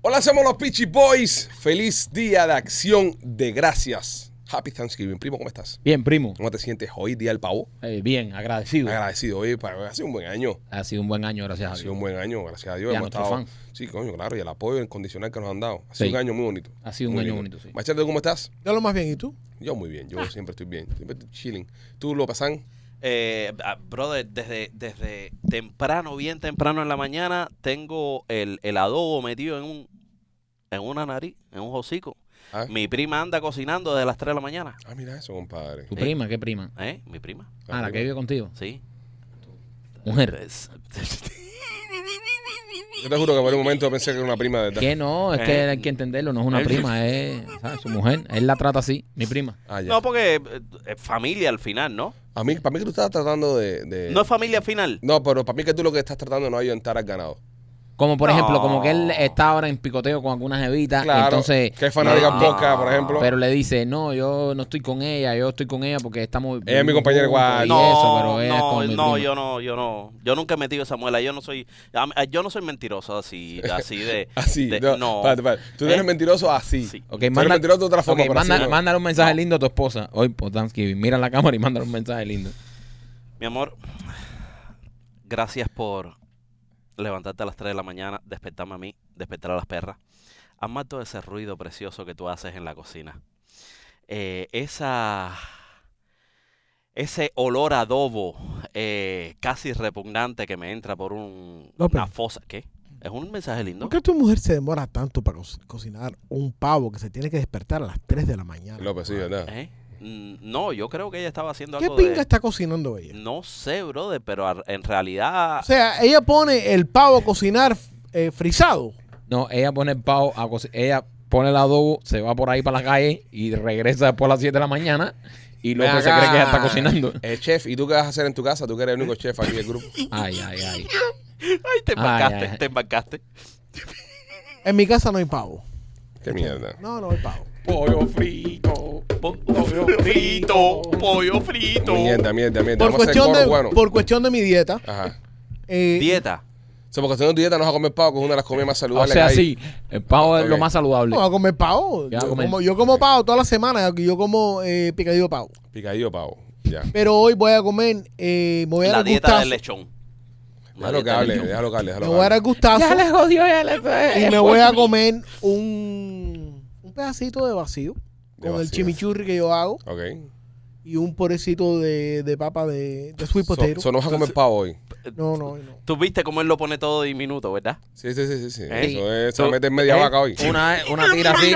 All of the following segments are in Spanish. Hola, somos los Peachy Boys. Feliz día de acción de gracias. Happy Thanksgiving. Primo, ¿cómo estás? Bien, primo. ¿Cómo te sientes hoy, día del pavo? Eh, bien, agradecido. Agradecido, hoy ha sido un buen año. ha sido un buen año, gracias a Ha sido Dios. un buen año, gracias a Dios. Y a hemos nuestro estado- fan. Sí, coño, claro, y el apoyo incondicional que nos han dado. Ha sido Sí. un año muy bonito. Ha sido un Muy año bonito, sí. Ah. Machete, ¿cómo estás? Ya lo más bien, ¿y tú? Yo muy bien, yo siempre estoy bien, siempre estoy chilling. ¿Tú, Lopazán? Eh, ah, brother, desde, desde temprano, bien temprano en la mañana, tengo el, el adobo metido en un en una nariz, en un hocico. Ah. Mi prima anda cocinando desde las 3 de la mañana. Ah, mira eso, compadre. ¿Tu Eh. prima? ¿Qué prima? ¿Eh? Mi prima, Ah, la que vive contigo. sí. Mujer. Es- Yo te juro que por un momento pensé que era una prima de verdad. Que no, es que Eh. hay que entenderlo, no es una Eh. prima, es ¿sabes? su mujer. Él la trata así, mi prima. Ah, ya. No, porque eh, es familia al final, ¿no? A mí, para mí que tú estás tratando de... de- No es familia al final. No, pero para mí que tú lo que estás tratando no es ayudar al ganado. Como por No. ejemplo, como que él está ahora en picoteo con algunas evitas, Claro, Ah, entonces... eh, que es fanática no, poca, por ejemplo. Pero le dice, no, yo no estoy con ella, yo estoy con ella porque estamos... Ella es mi compañera juntos igual. y No, eso, pero ella es no, con mi no, prima. yo no, yo no. Yo nunca he metido esa muela. Yo no soy, a mí- yo no soy mentiroso así, así de. así, de- no. no. espérate, espérate. Tú eres ¿Eh? mentiroso así. Sí. Ok, Tú eres manda- mentiroso de otra forma. ok, pero así manda- no. mándale un mensaje lindo a tu esposa hoy por Thanksgiving. Mira la cámara y mándale un mensaje lindo. Mi amor, gracias por levantarte a las 3 de la mañana, despertarme a mí, despertar a las perras. Amar todo ese ruido precioso que tú haces en la cocina. Eh, esa, ese olor a adobo eh, casi repugnante que me entra por un, López. una fosa. ¿Qué? Es un mensaje lindo. ¿Por qué tu mujer se demora tanto para co- cocinar un pavo que se tiene que despertar a las 3 de la mañana? López, sí, ¿verdad? ¿Eh? Mm, No, yo creo que ella estaba haciendo ¿Qué algo de- pinga está cocinando ella? No sé, brother, pero ar- en realidad... O sea, ella pone el pavo a cocinar eh, frisado. No, ella pone el pavo, a coci- ella pone el adobo, se va por ahí para la calle y regresa después a las 7 de la mañana y luego se Acá. cree que ya está cocinando. Eh, chef, ¿y tú qué vas a hacer en tu casa? Tú que eres el único chef aquí del grupo. Ay, ay, ay. Ay, te Ay, embarcaste, ay. te embarcaste. En mi casa no hay pavo. Qué mierda. No, no hay pavo. Pollo frito. Pollo frito, Oh, pollo frito. Mierda, mierda, mierda. Por Vamos a hacer cuestión, coro de, cubano. por cuestión de mi dieta. Ajá. eh, Dieta. O sea, por cuestión de tu dieta no vas a comer pavo, que es una de las comidas más O saludables sea, que hay. sí, el pavo es Ok. lo más saludable. no, voy a comer pavo. Ya, Yo, comer. Como, yo como pavo toda la semana. Yo como eh, picadillo de pavo. Picadillo de pavo. Ya. Pero hoy voy a comer. Eh, me voy a dar La el dieta gustazo. del lechón. La Déjalo que dieta del hable, lechón. déjalo que hable, Me déjalo que voy a dar hable. el gustazo. jodió, ya y me voy Pues, a comer un, un pedacito de vacío De con el vacío. chimichurri que yo hago Ok. y un purecito de, de papa de, de sweet So- potato. so no vas a comer pavo hoy. No, no, no. Tú viste cómo él lo pone todo diminuto, ¿verdad? Sí, sí, sí, sí. sí. Ey. Eso es, se So- mete media ey. vaca hoy. Eh, Una, una tira así,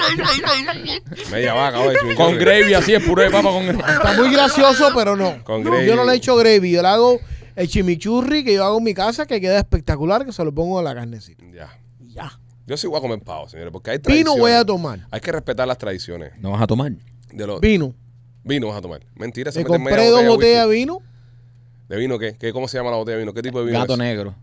Media vaca hoy. chimichurri. con gravy, así es puré de papa con Está gravy. muy gracioso, pero no. Con No, gravy. Yo no le echo gravy, yo le hago el chimichurri que yo hago en mi casa que queda espectacular, que se lo pongo a la carnecita. Ya. Y Ya. Yo sí voy a comer pavo, señores, porque hay tradiciones. Vino voy a tomar. Hay que respetar las tradiciones. No vas a tomar. De los Vino. vino vas a tomar. Mentira, se Le meten media compré dos botella de botellas de whisky. vino. ¿De vino qué? ¿Qué- ¿Cómo se llama la botella de vino? ¿Qué tipo de vino Gato es? negro.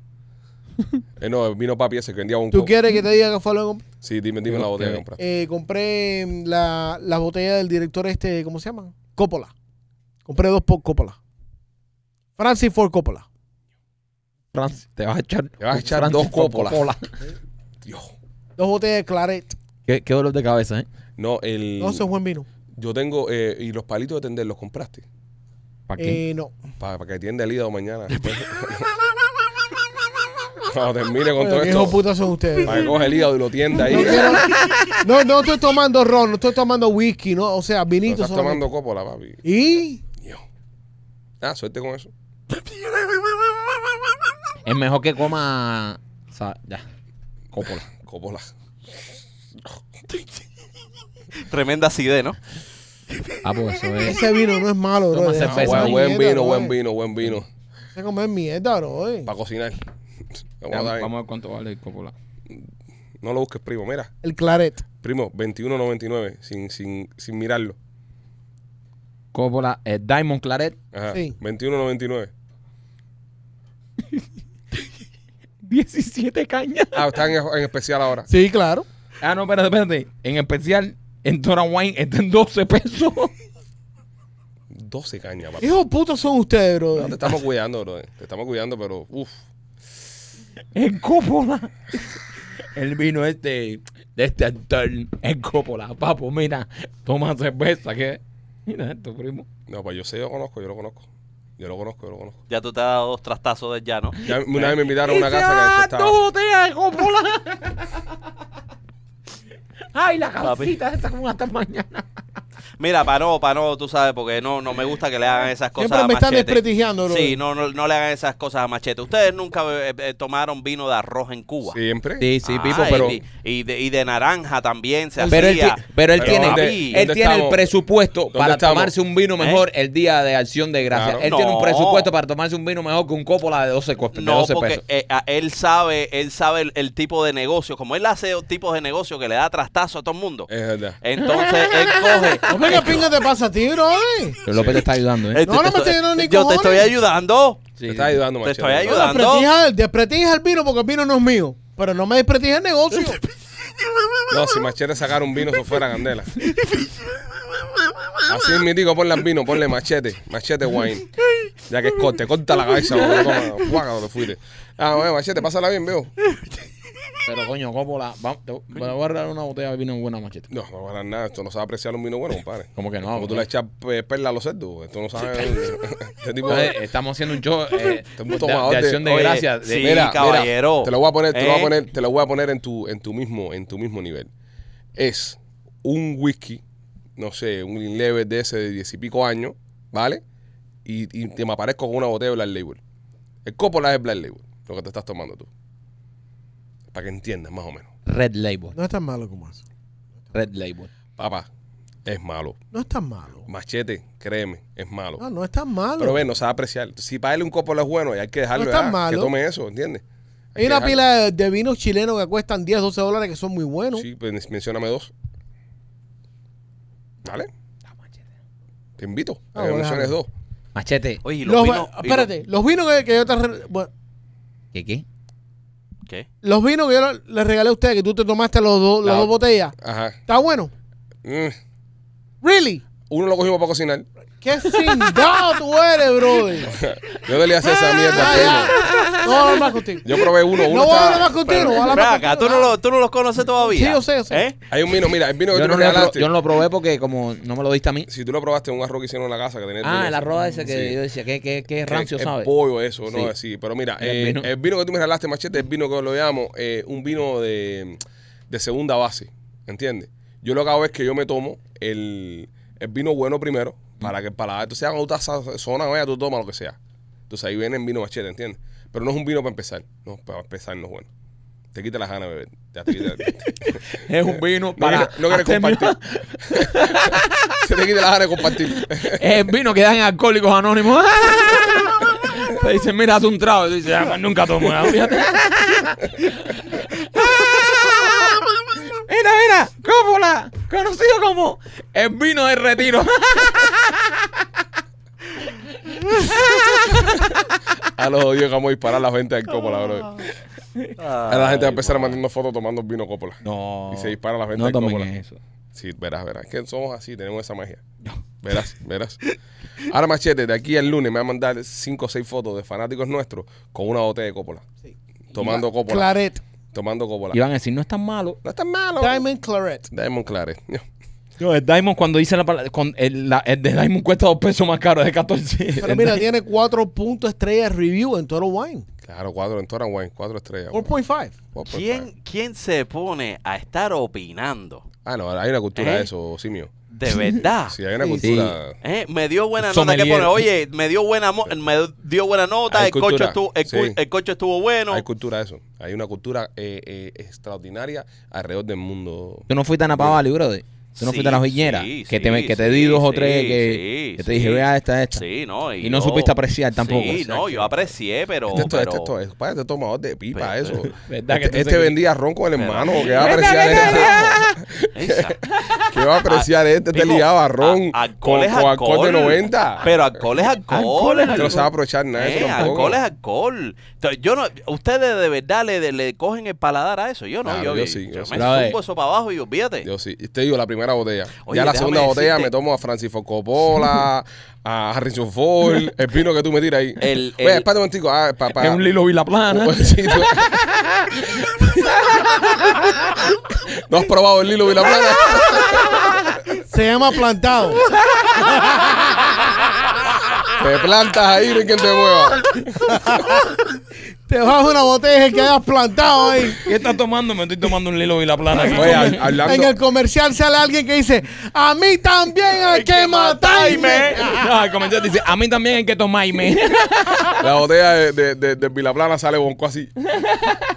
Eh, no, el vino papi ese que vendía un ¿Tú co- quieres que te diga que fue lo que compré? Sí, dime, dime la Ok. botella que compraste. Eh, compré mm, la, la botella del director este, ¿cómo se llama? Coppola. Compré dos por Coppola. Francis Ford Coppola. Francis, te vas a echar, Te vas a echar Francis dos cópolas. Coppola. Dios. Dos botellas de claret. Qué, qué dolor de cabeza, ¿eh? No, el. No, eso es buen vino. Yo tengo. eh, y los palitos de tender, ¿los compraste? ¿Para qué? Eh, no. Para que tienda el hígado mañana. Cuando termine con Oye, todo ¿Qué hijos esto. de puta son ustedes? Para que coge el hígado y lo tienda ahí. No, quiero- no, no estoy tomando ron, no estoy tomando whisky, no, o sea, Pero vinito estás solamente. tomando cópola, papi. Y Dios. Ah, suerte con eso. Es mejor que coma. O sea, ya. Cópola, cópola. Tremenda acidez, ¿no? Ah, pues eso es. ese vino no es malo, bro. Toma deja No, cerveza. buen, comer buen mierda, vino, bro. buen vino, buen vino. Deja comer mierda, bro. eh. Para cocinar. Vamos a Vamos, dar- vamos a ver cuánto vale el Coppola. No lo busques, primo. Mira. El claret. Primo, 21.99, sin, sin, sin mirarlo. Coppola, el Diamond Claret, Ajá. Sí. 21.99. 17 cañas. Ah, está en, en especial ahora. Sí, claro. Ah, no, espérate, espérate. En especial, en Dora Wine está en 12 pesos. 12 cañas, papá. Hijos de puta son ustedes, No, bro. te estamos cuidando, bro. Te estamos cuidando, pero uff. En Coppola. el vino este de este actor es Coppola. Papo, mira, toma cerveza, que Mira esto, primo. No, pues yo sé, yo lo conozco, yo lo conozco. Yo lo conozco, yo lo conozco. Ya tú te has dado dos trastazos de ya, ¿no? Ya una vez me invitaron a una casa que estaba. ¡Dos botellas de Coppola! ¡Ay, la Papi. cabecita esa como hasta mañana! Mira, para no, para no, tú sabes, porque no, no me gusta que le hagan esas cosas Siempre a me están machete. desprestigiando, bro. Sí, no, no, no le hagan esas cosas a machete. Ustedes nunca eh, eh, tomaron vino de arroz en Cuba. Siempre. Sí, sí, Ah, Pipo, y pero... de- Y de, y de naranja también se Pero él, hacía. ti- pero él Pero tiene, ¿dónde- él dónde tiene el estamos? presupuesto ¿Dónde para estamos? tomarse un vino mejor el día de acción de gracias. Claro. Él tiene un ¿Eh? No. presupuesto para tomarse un vino mejor que un cópola de 12, costes- de No, 12 porque pesos. eh, a- él sabe, él sabe el, el tipo de negocio. Como él hace dos tipos de negocio que le da trastazo a todo el mundo. Es verdad. Entonces él coge. No me pinga te pasa a ti, bro. eh? Pero López te está ayudando, ¿eh? Él- No, no me estoy- estoy dando ni Yo te cojones. estoy ayudando. Sí. Te está ayudando, Te machete. estoy ayudando. No desprestigia, desprestigia el vino porque el vino no es mío. Pero no me desprestigia el negocio. No, si Machete sacara un vino, eso fuera candela. Así es mi tico, ponle al vino, ponle machete, machete wine. Ya que es corte, corta la cabeza, boludo, cómo- guaca, donde fuiste. Ah, bueno, machete, pásala bien, veo. Pero coño, Coppola, va, te, te voy a regalar una botella de vino buena machete. No, no van a dar nada, esto no sabe apreciar un vino bueno, compadre. Como que no. Como tú le echas eh, perla a los cerdos, esto no sabe. Este tipo. Entonces, estamos haciendo un show eh, un de, tomador de de- acción de Oye, gracias. de- sí, caballero. te lo voy a poner, te lo voy ¿Eh? a poner, te lo voy a poner en tu, en tu mismo, en tu mismo nivel. Es un whisky, no sé, un Green Level de ese de diez y pico años, ¿vale? Y, y te me aparezco con una botella de Black Label. El Coppola es Black Label, lo que te estás tomando tú. Para que entiendas más o menos. Red Label. No es tan malo como eso. Red Label. Papá, es malo. No es tan malo. Machete, créeme, es malo. No, no es tan malo. Pero ve, no sabe apreciar. Si para él un Coppola es bueno, y hay que dejarlo No es tan ah, que malo. tome eso, ¿entiendes? Hay Hay que una dejarlo. pila de, de vinos chilenos que cuestan 10, 12 dólares que son muy buenos. Sí, pues mencioname dos. ¿Vale? Te invito Ah, a que bueno, menciones déjame. dos. Machete. Oye, y los, Los, vinos- y los- espérate, los vinos que, que yo te re- bueno, ¿Qué qué? ¿Qué? los vinos que yo le- les regalé a ustedes, que tú te tomaste los dos- las La- dos botellas, Ajá. está bueno. Mm. Really? Uno lo cogimos para cocinar. Qué cindado tú eres, brother. Yo le hice esa mierda. Ah, Ya, primo. ya. No voy a hablar más contigo. Yo probé uno. uno No voy a estaba- hablar más contigo. pero- no voy a hablar Ven más acá, tú contigo, no, nada. lo- tú no los conoces todavía. Sí, yo sé, yo sé. ¿Eh? Hay un vino, mira, el vino que Yo tú nos no, lo pro- regalaste. yo no lo probé porque como no me lo diste a mí. Si tú lo probaste en un arroz que hicieron en la casa que tenía. Ah, el el arroz ese que yo decía, que, que, que rancio, el, ¿sabes? pollo, eso, no, Sí. sí. Pero mira, El eh, el, vino. vino. que tú me regalaste, machete, el vino que lo llamo, eh, un vino de, de segunda base, ¿entiendes? Yo lo que hago es que yo me tomo el, el vino bueno primero, para que para entonces sea cuando tú estás sa- zona, vaya, tú tomas lo que sea. Entonces ahí viene el vino machete, ¿entiendes? Pero no es un vino para empezar, no, para empezar no es bueno. Te quita las ganas de beber. Ya te quita, Es un vino no, para... quieres- no quieres hacer- compartir. Se te quita las ganas de compartir. Es el vino que dan en Alcohólicos Anónimos. Te dicen, mira, haz un trago. Y tú dices, "Ah, pues nunca tomo. ah, fíjate". mira, mira, Cópola, conocido como el vino del retiro. A los odios que vamos a disparar las ventas del Coppola, bro. Ahora Ah, pues, la gente va a empezar a mandarnos fotos tomando vino Coppola. No. Y se dispara la venta No de tomen Coppola. eso. Sí, verás, verás. Que somos así, tenemos esa magia. Verás, verás. Ahora, Machete, de aquí al lunes me va a mandar 5 o 6 fotos de fanáticos nuestros con una botella de Coppola. Sí. Tomando Coppola. Claret. Tomando Coppola. Y van a decir, no es tan malo. No es tan malo. Diamond Claret. Diamond Claret. Yo, el Diamond, cuando dice la palabra, con el, la- el de Diamond cuesta dos pesos más caro, es de 14. Pero mira, tiene 4.3 estrellas review en Total Wine. Claro, cuatro en Toran Wine, cuatro estrellas. 4.5. Cuatro por five. ¿Quién, pues. ¿Quién se pone a estar opinando? Ah, no, hay una cultura ¿Eh? Ah, de eso, simio. De verdad. Sí, hay una Sí, cultura. ¿Eh? Me dio buena nota. ¿Qué Sommelier. pone? Oye, me dio buena, mo- me dio buena nota. Hay El coche, cultura, estuvo, el, cu- sí. el coche estuvo bueno. Hay cultura de eso. Hay una cultura eh, eh, extraordinaria alrededor del mundo. Tú no fuiste a Napavali, brother. Tú no Sí, fuiste a las viñeras. sí, que te, sí, que te di sí, dos o sí, tres que, sí, que te sí. dije, vea esta, esta. Sí, no. Y no supiste apreciar tampoco. Sí, no, yo aprecié, pero. Este, esto, pero- este, esto, este, tomador de pipa, Pero- eso. ¿Verdad que este tú este se- vendía ron con el hermano. que va a ¿Verdad apreciar que tú- eso? Esa. ¿Qué va a apreciar este? Te Pipo, liaba ron a- con, alcohol es con alcohol de alcohol. 90. Pero alcohol es alcohol. no se va a aprovechar nada. de Eh, eso tampoco. alcohol es alcohol. Entonces, yo no, ustedes de verdad le, le cogen el paladar a eso. Yo no, Claro, yo, yo sí, yo yo sí. me Brother. zumbo eso para abajo y olvídate. Yo sí, te digo la primera botella. Oye, ya la déjame segunda botella decirte- me tomo a Francis Ford Coppola, a Harrison Ford, el vino que tú me tiras ahí. El- Oye, el- espérate un momentico. Ah, pa- pa- Oh, Es un Lilo Vilaplana. Sí, tú- ¿No has probado el Lilo y la plana? Se llama plantado. Te plantas ahí, no hay quien te mueva. Te bajas una botella que hayas plantado ahí. ¿Qué estás tomando? Me estoy tomando un Lilo Vilaplana. aquí. Oye, hab- En el hablando, comercial sale alguien que dice, a mí también hay que matarme. No, el comentario dice, a mí también hay que tomarme. la botella de, de, de, de Vilaplana sale bonco así.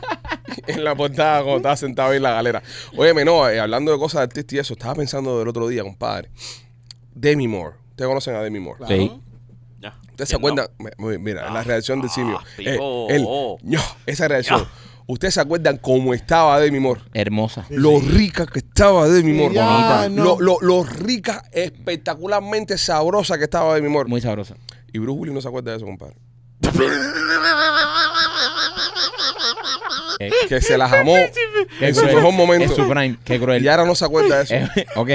En la portada, cuando estaba sentado ahí en la galera. Óyeme, no, eh, hablando de cosas de artistas y eso, estaba pensando del otro día, compadre. Demi Moore. Ustedes conocen a Demi Moore. Sí. Ya. Ustedes se Bien, acuerdan, Me- me- mira, la reacción de Simio. Eh, tipo. él, ño, esa reacción. Ustedes se acuerdan cómo estaba Demi Moore. Hermosa. Lo rica que estaba Demi Moore. Ya, no. Lo, lo, lo rica, espectacularmente sabrosa que estaba Demi Moore. Muy sabrosa. Y Bruce Willis no se acuerda de eso, compadre. Eh, Que se la jamó qué en su cruel. mejor En su momento. prime. Qué cruel. Y ahora no se acuerda de eso. Eh, ok.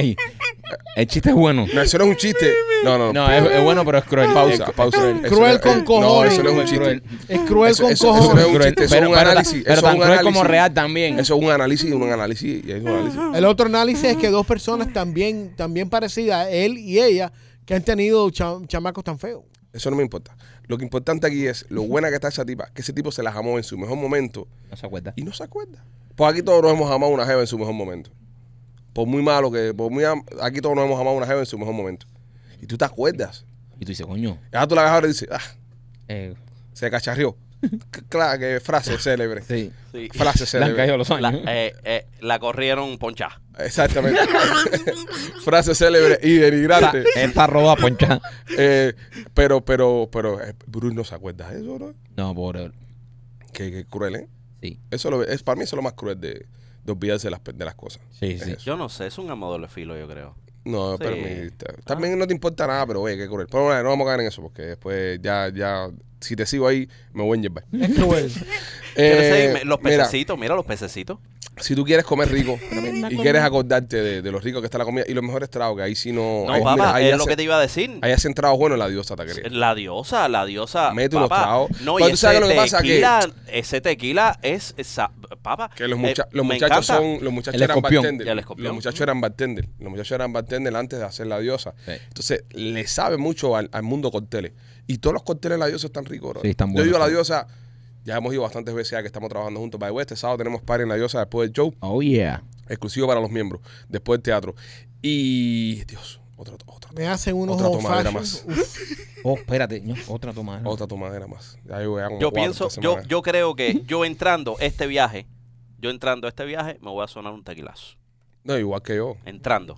El chiste es bueno. No, eso no es un chiste. No, no, no. No, es, es bueno, pero es cruel. Pausa, Es- pausa. cruel Eso con es- eh, No, cojones. eso no es un Es chiste. cruel. Es cruel Eso- con eso- eso cojones. no es un cruel, chiste, eso pero, es un pero ta- análisis, eso pero es tan un cruel análisis. como real también. Eso es un análisis y un análisis y es un análisis. El otro análisis es que dos personas también, también parecidas, él y ella, que han tenido cha- chamacos tan feos. Eso no me importa. Lo que importante aquí es lo buena que está esa tipa, que ese tipo se la jamó en su mejor momento No se acuerda. y no se acuerda. Pues aquí todos nos hemos jamado una jeva en su mejor momento. Por muy malo que, por muy am- aquí todos nos hemos jamado una jeva en su mejor momento. Y tú te acuerdas. Y tú dices, coño. Ya tú la ves ahora y dices, ah, eh, se cacharrió. C- Claro, que frase célebre. sí. Sí. Frase Le han célebre. caído los La, años. eh, eh, la corrieron ponchá. Exactamente. frase célebre y denigrante. Esta roda poncha. Eh, pero, pero, pero, eh, Bruce no se acuerda de eso, ¿no? No, pobre. Qué, qué cruel, ¿eh? Sí. Eso lo- es, para mí eso es lo más cruel de, de olvidarse de las, pe- de las cosas. Sí, sí. Yo no sé, es un amo doble filo, yo creo. No, Sí. Ah. pero mi- ta- también no te importa nada, pero oye, qué cruel. Pero bueno, no vamos a caer en eso porque después ya, ya, si te sigo ahí, me voy a enyerbar. Es cruel. ¿Quieres Eh, seguirme? los mira, pececitos, mira, los pececitos. si tú quieres comer rico y quieres acordarte de, de lo rico que está la comida y los mejores tragos, que ahí sí no... No, ahí, papá, mira, ahí es hacen- lo que te iba a decir. ahí hacen tragos buenos en la diosa taquería. La diosa, la diosa. Mete unos papá. tragos. No, y Pero tú ese sabes lo que pasa, que- tequila, ese tequila es, esa, papá. Que los, eh, mucha- los me muchachos encanta. son, los muchachos El eran escorpión. bartender. El escorpión. Los muchachos eran bartender. Los muchachos eran bartender antes de hacer la diosa. Sí. Entonces, le sabe mucho al, al mundo cócteles. Y todos los cócteles de la diosa están ricos, bro. Sí, están Yo buenos, digo a la sí. diosa, ya hemos ido bastantes veces ya que estamos trabajando juntos. By the way, este sábado tenemos party en la diosa después del show, Oh, yeah. exclusivo para los miembros, después del teatro. Y, Dios, otra, otra, Me hacen unos Otra old tomadera fashion. más. Uf, Oh, espérate. ño, otra toma. otra tomadera más. Ya llevo ya como Yo cuatro pienso, esta yo, semana. yo creo que yo entrando este viaje, yo entrando este viaje, me voy a sonar un tequilazo. No, igual que yo. Entrando,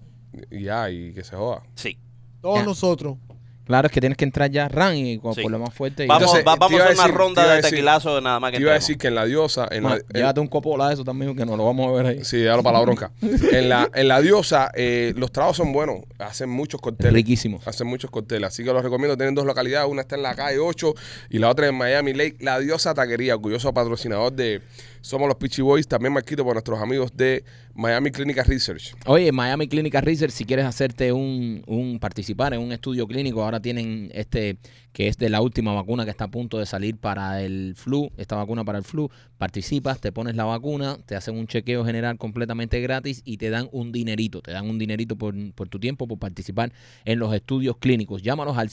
Y ya, y que se joda. sí. todos Ya. nosotros. Claro, es que tienes que entrar ya ran y con- Sí. por lo más fuerte. y- Vamos, Entonces, va- te vamos iba a a hacer una decir- ronda te iba a de decir- tequilazo de nada más Ah, que Te iba a entremos. decir que en la diosa... En Ma, la, en- llévate un copola de eso también, que nos lo vamos a ver ahí. Sí, déjalo para la bronca. En la, en la diosa, eh, los tragos son buenos. Hacen muchos cócteles. Riquísimo. Hacen muchos cócteles. Así que los recomiendo. Tienen dos localidades. Una está en la calle 8 y la otra en Miami Lake. La diosa taquería, orgulloso patrocinador de Somos los Pitchy Boys. También marquito por nuestros amigos de Miami Clinical Research. Oye, Miami Clinical Research, si quieres hacerte un, un participar en un estudio clínico, ahora tienen este que es de la última vacuna que está a punto de salir para el flu, esta vacuna para el flu, participas, te pones la vacuna, te hacen un chequeo general completamente gratis y te dan un dinerito, te dan un dinerito por, por tu tiempo, por participar en los estudios clínicos. Llámanos al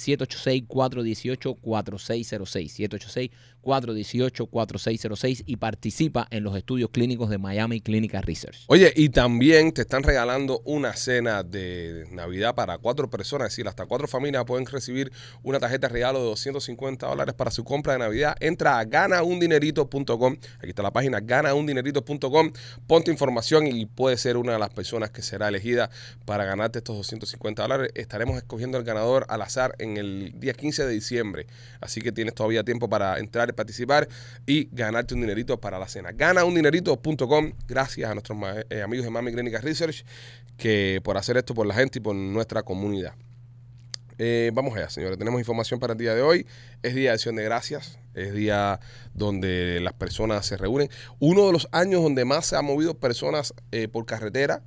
786-418-4606, 786-418-4606 y participa en los estudios clínicos de Miami Clinical Research. Oye, y también te están regalando una cena de Navidad para cuatro personas, es decir, hasta cuatro familias pueden recibir una tarjeta de regalo de 250 dólares para su compra de Navidad. Entra a ganaundinerito.com, aquí está la página ganaundinerito.com, pon tu información y puedes ser una de las personas que será elegida para ganarte estos 250 dólares. Estaremos escogiendo al ganador al azar en el día 15 de diciembre, así que tienes todavía tiempo para entrar y participar y ganarte un dinerito para la cena. Ganaundinerito.com, gracias a nuestros ma- eh, eh, amigos de Mami Clínica Research, que por hacer esto por la gente y por nuestra comunidad. Eh, vamos allá, señores. Tenemos información para el día de hoy. Es día de acción de gracias. Es día donde las personas se reúnen. Uno de los años donde más se han movido personas eh, por carretera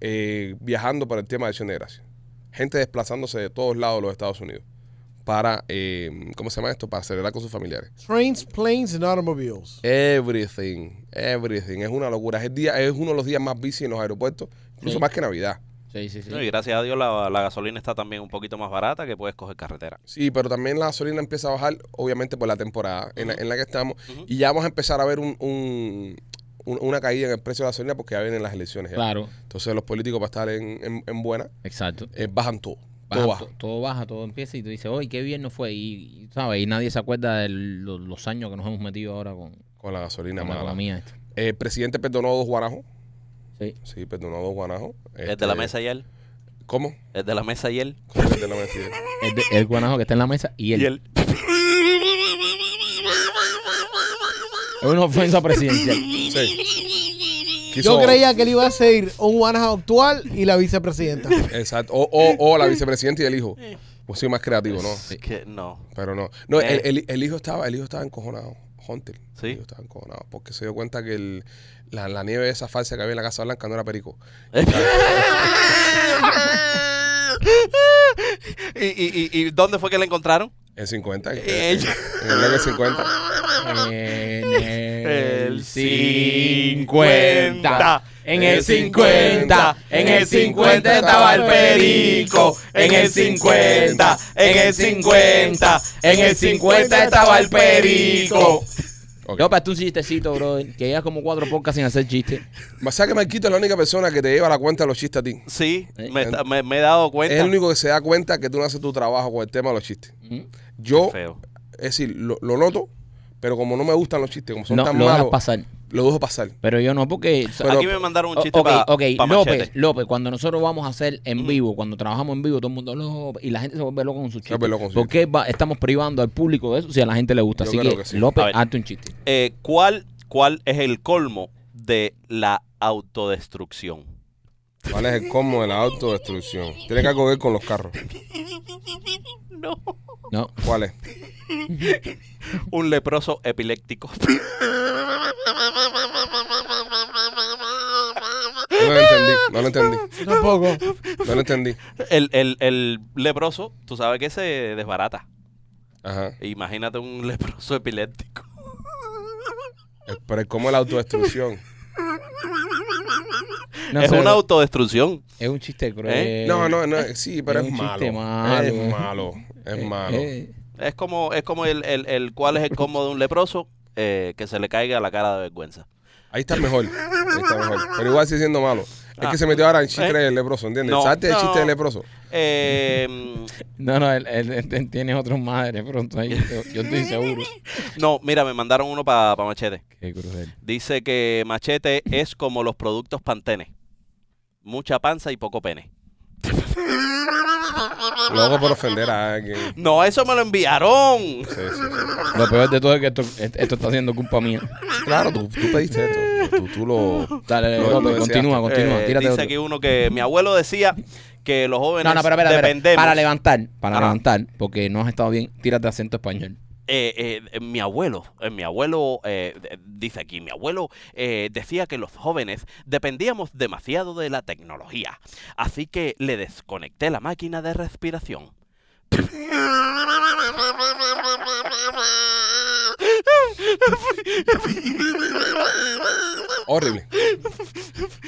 eh, viajando para el tema de acción de gracias. Gente desplazándose de todos lados de los Estados Unidos para, eh, ¿cómo se llama esto? Para celebrar con sus familiares. Trains, planes and automobiles. Everything, everything. Es una locura. Es, el día, es uno de los días más bici en los aeropuertos, incluso Sí. más que Navidad. Sí, sí, sí. No, y gracias a Dios la, la gasolina está también un poquito más barata que puedes coger carretera. Sí, pero también la gasolina empieza a bajar, obviamente, por la temporada en, la, en la que estamos. Ujú. Y ya vamos a empezar a ver un, un- un- una caída en el precio de la gasolina porque ya vienen las elecciones. ya. Claro, Entonces los políticos para estar en, en- en buena exacto. eh, bajan todo. Baja, todo baja. to- todo baja, todo empieza y tú dices, hoy qué bien no fue. Y, y, ¿sabes? y nadie se acuerda de lo- los años que nos hemos metido ahora con, Con la gasolina con la mala. economía. esta. Eh, el presidente perdonó dos guanajos. Sí. Sí, perdonó dos guanajos. este, El de la mesa ayer. ¿Cómo? El de la mesa ayer. ¿Cómo que el de la mesa? El, de- el guanajo que está en la mesa y él. Es una ofensa presidencial. Sí. Yo Quiso- creía que él iba a ser un guanajo actual y la vicepresidenta. Exacto. O, o- o la vicepresidenta y el hijo. Pues sí, más creativo, ¿no? Es que no. Pero no. No, Eh. el, el- el hijo estaba, el hijo estaba encojonado. Hunter. Sí. El hijo estaba encojonado. Porque se dio cuenta que el- la, la nieve esa falsa que había en la Casa Blanca no era perico. ¿Y, y, y, y dónde fue que la encontraron? En 50. En, en, Ella. el año 50. En el El 50. 50, En el 50. En el 50 estaba el perico. En el 50. En el 50. En el 50 estaba el perico. Ok. Yo pasé un chistecito, bro. Que llevas como cuatro pocas sin hacer chiste. O sea que Marquito es la única persona que te lleva la cuenta de los chistes a ti. Sí, Eh, me, está- me, me he dado cuenta. Mm. Es el único que se da cuenta que tú no haces tu trabajo con el tema de los chistes. Yo, Feo. es decir, lo, lo noto, pero como no me gustan los chistes, como son No, tan lo dejas malos, pasar. lo dejo pasar. Pero yo no, porque. Pero- Aquí me mandaron un chiste O- ok, para ok, López, López, cuando nosotros vamos a hacer en Mm. vivo, cuando trabajamos en vivo, todo el mundo López, y la gente se vuelve loco con su chiste. vuelve loco con su ¿Por qué va- estamos privando al público de eso si a la gente le gusta? Yo Así creo que, que sí. López, A ver. hazte un chiste. Eh, ¿cuál, ¿Cuál es el colmo de la autodestrucción? ¿Cuál es el cómo de la autodestrucción? Tiene que algo que ver con los carros. No. No, ¿Cuál es? Un leproso epiléptico. No lo entendí, no lo entendí, Yo Tampoco. no lo entendí. El, el, el leproso, tú sabes que se desbarata. Ajá. Imagínate un leproso epiléptico. El- Eh, Pero el cómo de la autodestrucción. no es sé, una autodestrucción. es un chiste cruel. ¿Eh? No, no, no, sí, pero es es, un malo. chiste malo. Es malo, es Eh, malo. eh, Es como, es como el, el, el cuál es el colmo de un leproso eh, que se le caiga la cara de vergüenza. Ahí está mejor. Ahí está mejor. Pero igual sigue siendo malo. Es Ah. que se metió ahora en chiste Eh. del leproso, ¿entiendes? No, Salte del no. chiste del leproso. Eh, mm, no, no, él, él- él tiene otros madres pronto ahí. Yo, yo estoy seguro. no, mira, me mandaron uno para Machete. Qué cruel. Dice que Machete es como los productos Pantene. Mucha panza y poco pene. Luego por ofender a alguien. No, eso me lo enviaron. Sí, sí, sí. Lo peor de todo es que esto, esto está siendo culpa mía. Claro, tú, tú pediste esto. Tú, tú lo. Dale, Lo- lo López, deseaste. continúa, continúa. Eh, tírate dice otro. aquí uno que mi abuelo decía que los jóvenes No, no, espera, espera, espera. dependemos. Para levantar, para Ajá. levantar, porque no has estado bien, tírate acento español. Eh, eh, eh, mi abuelo, eh, mi abuelo eh, de- dice aquí, mi abuelo eh, decía que los jóvenes dependíamos demasiado de la tecnología, así que le desconecté la máquina de respiración. Horrible.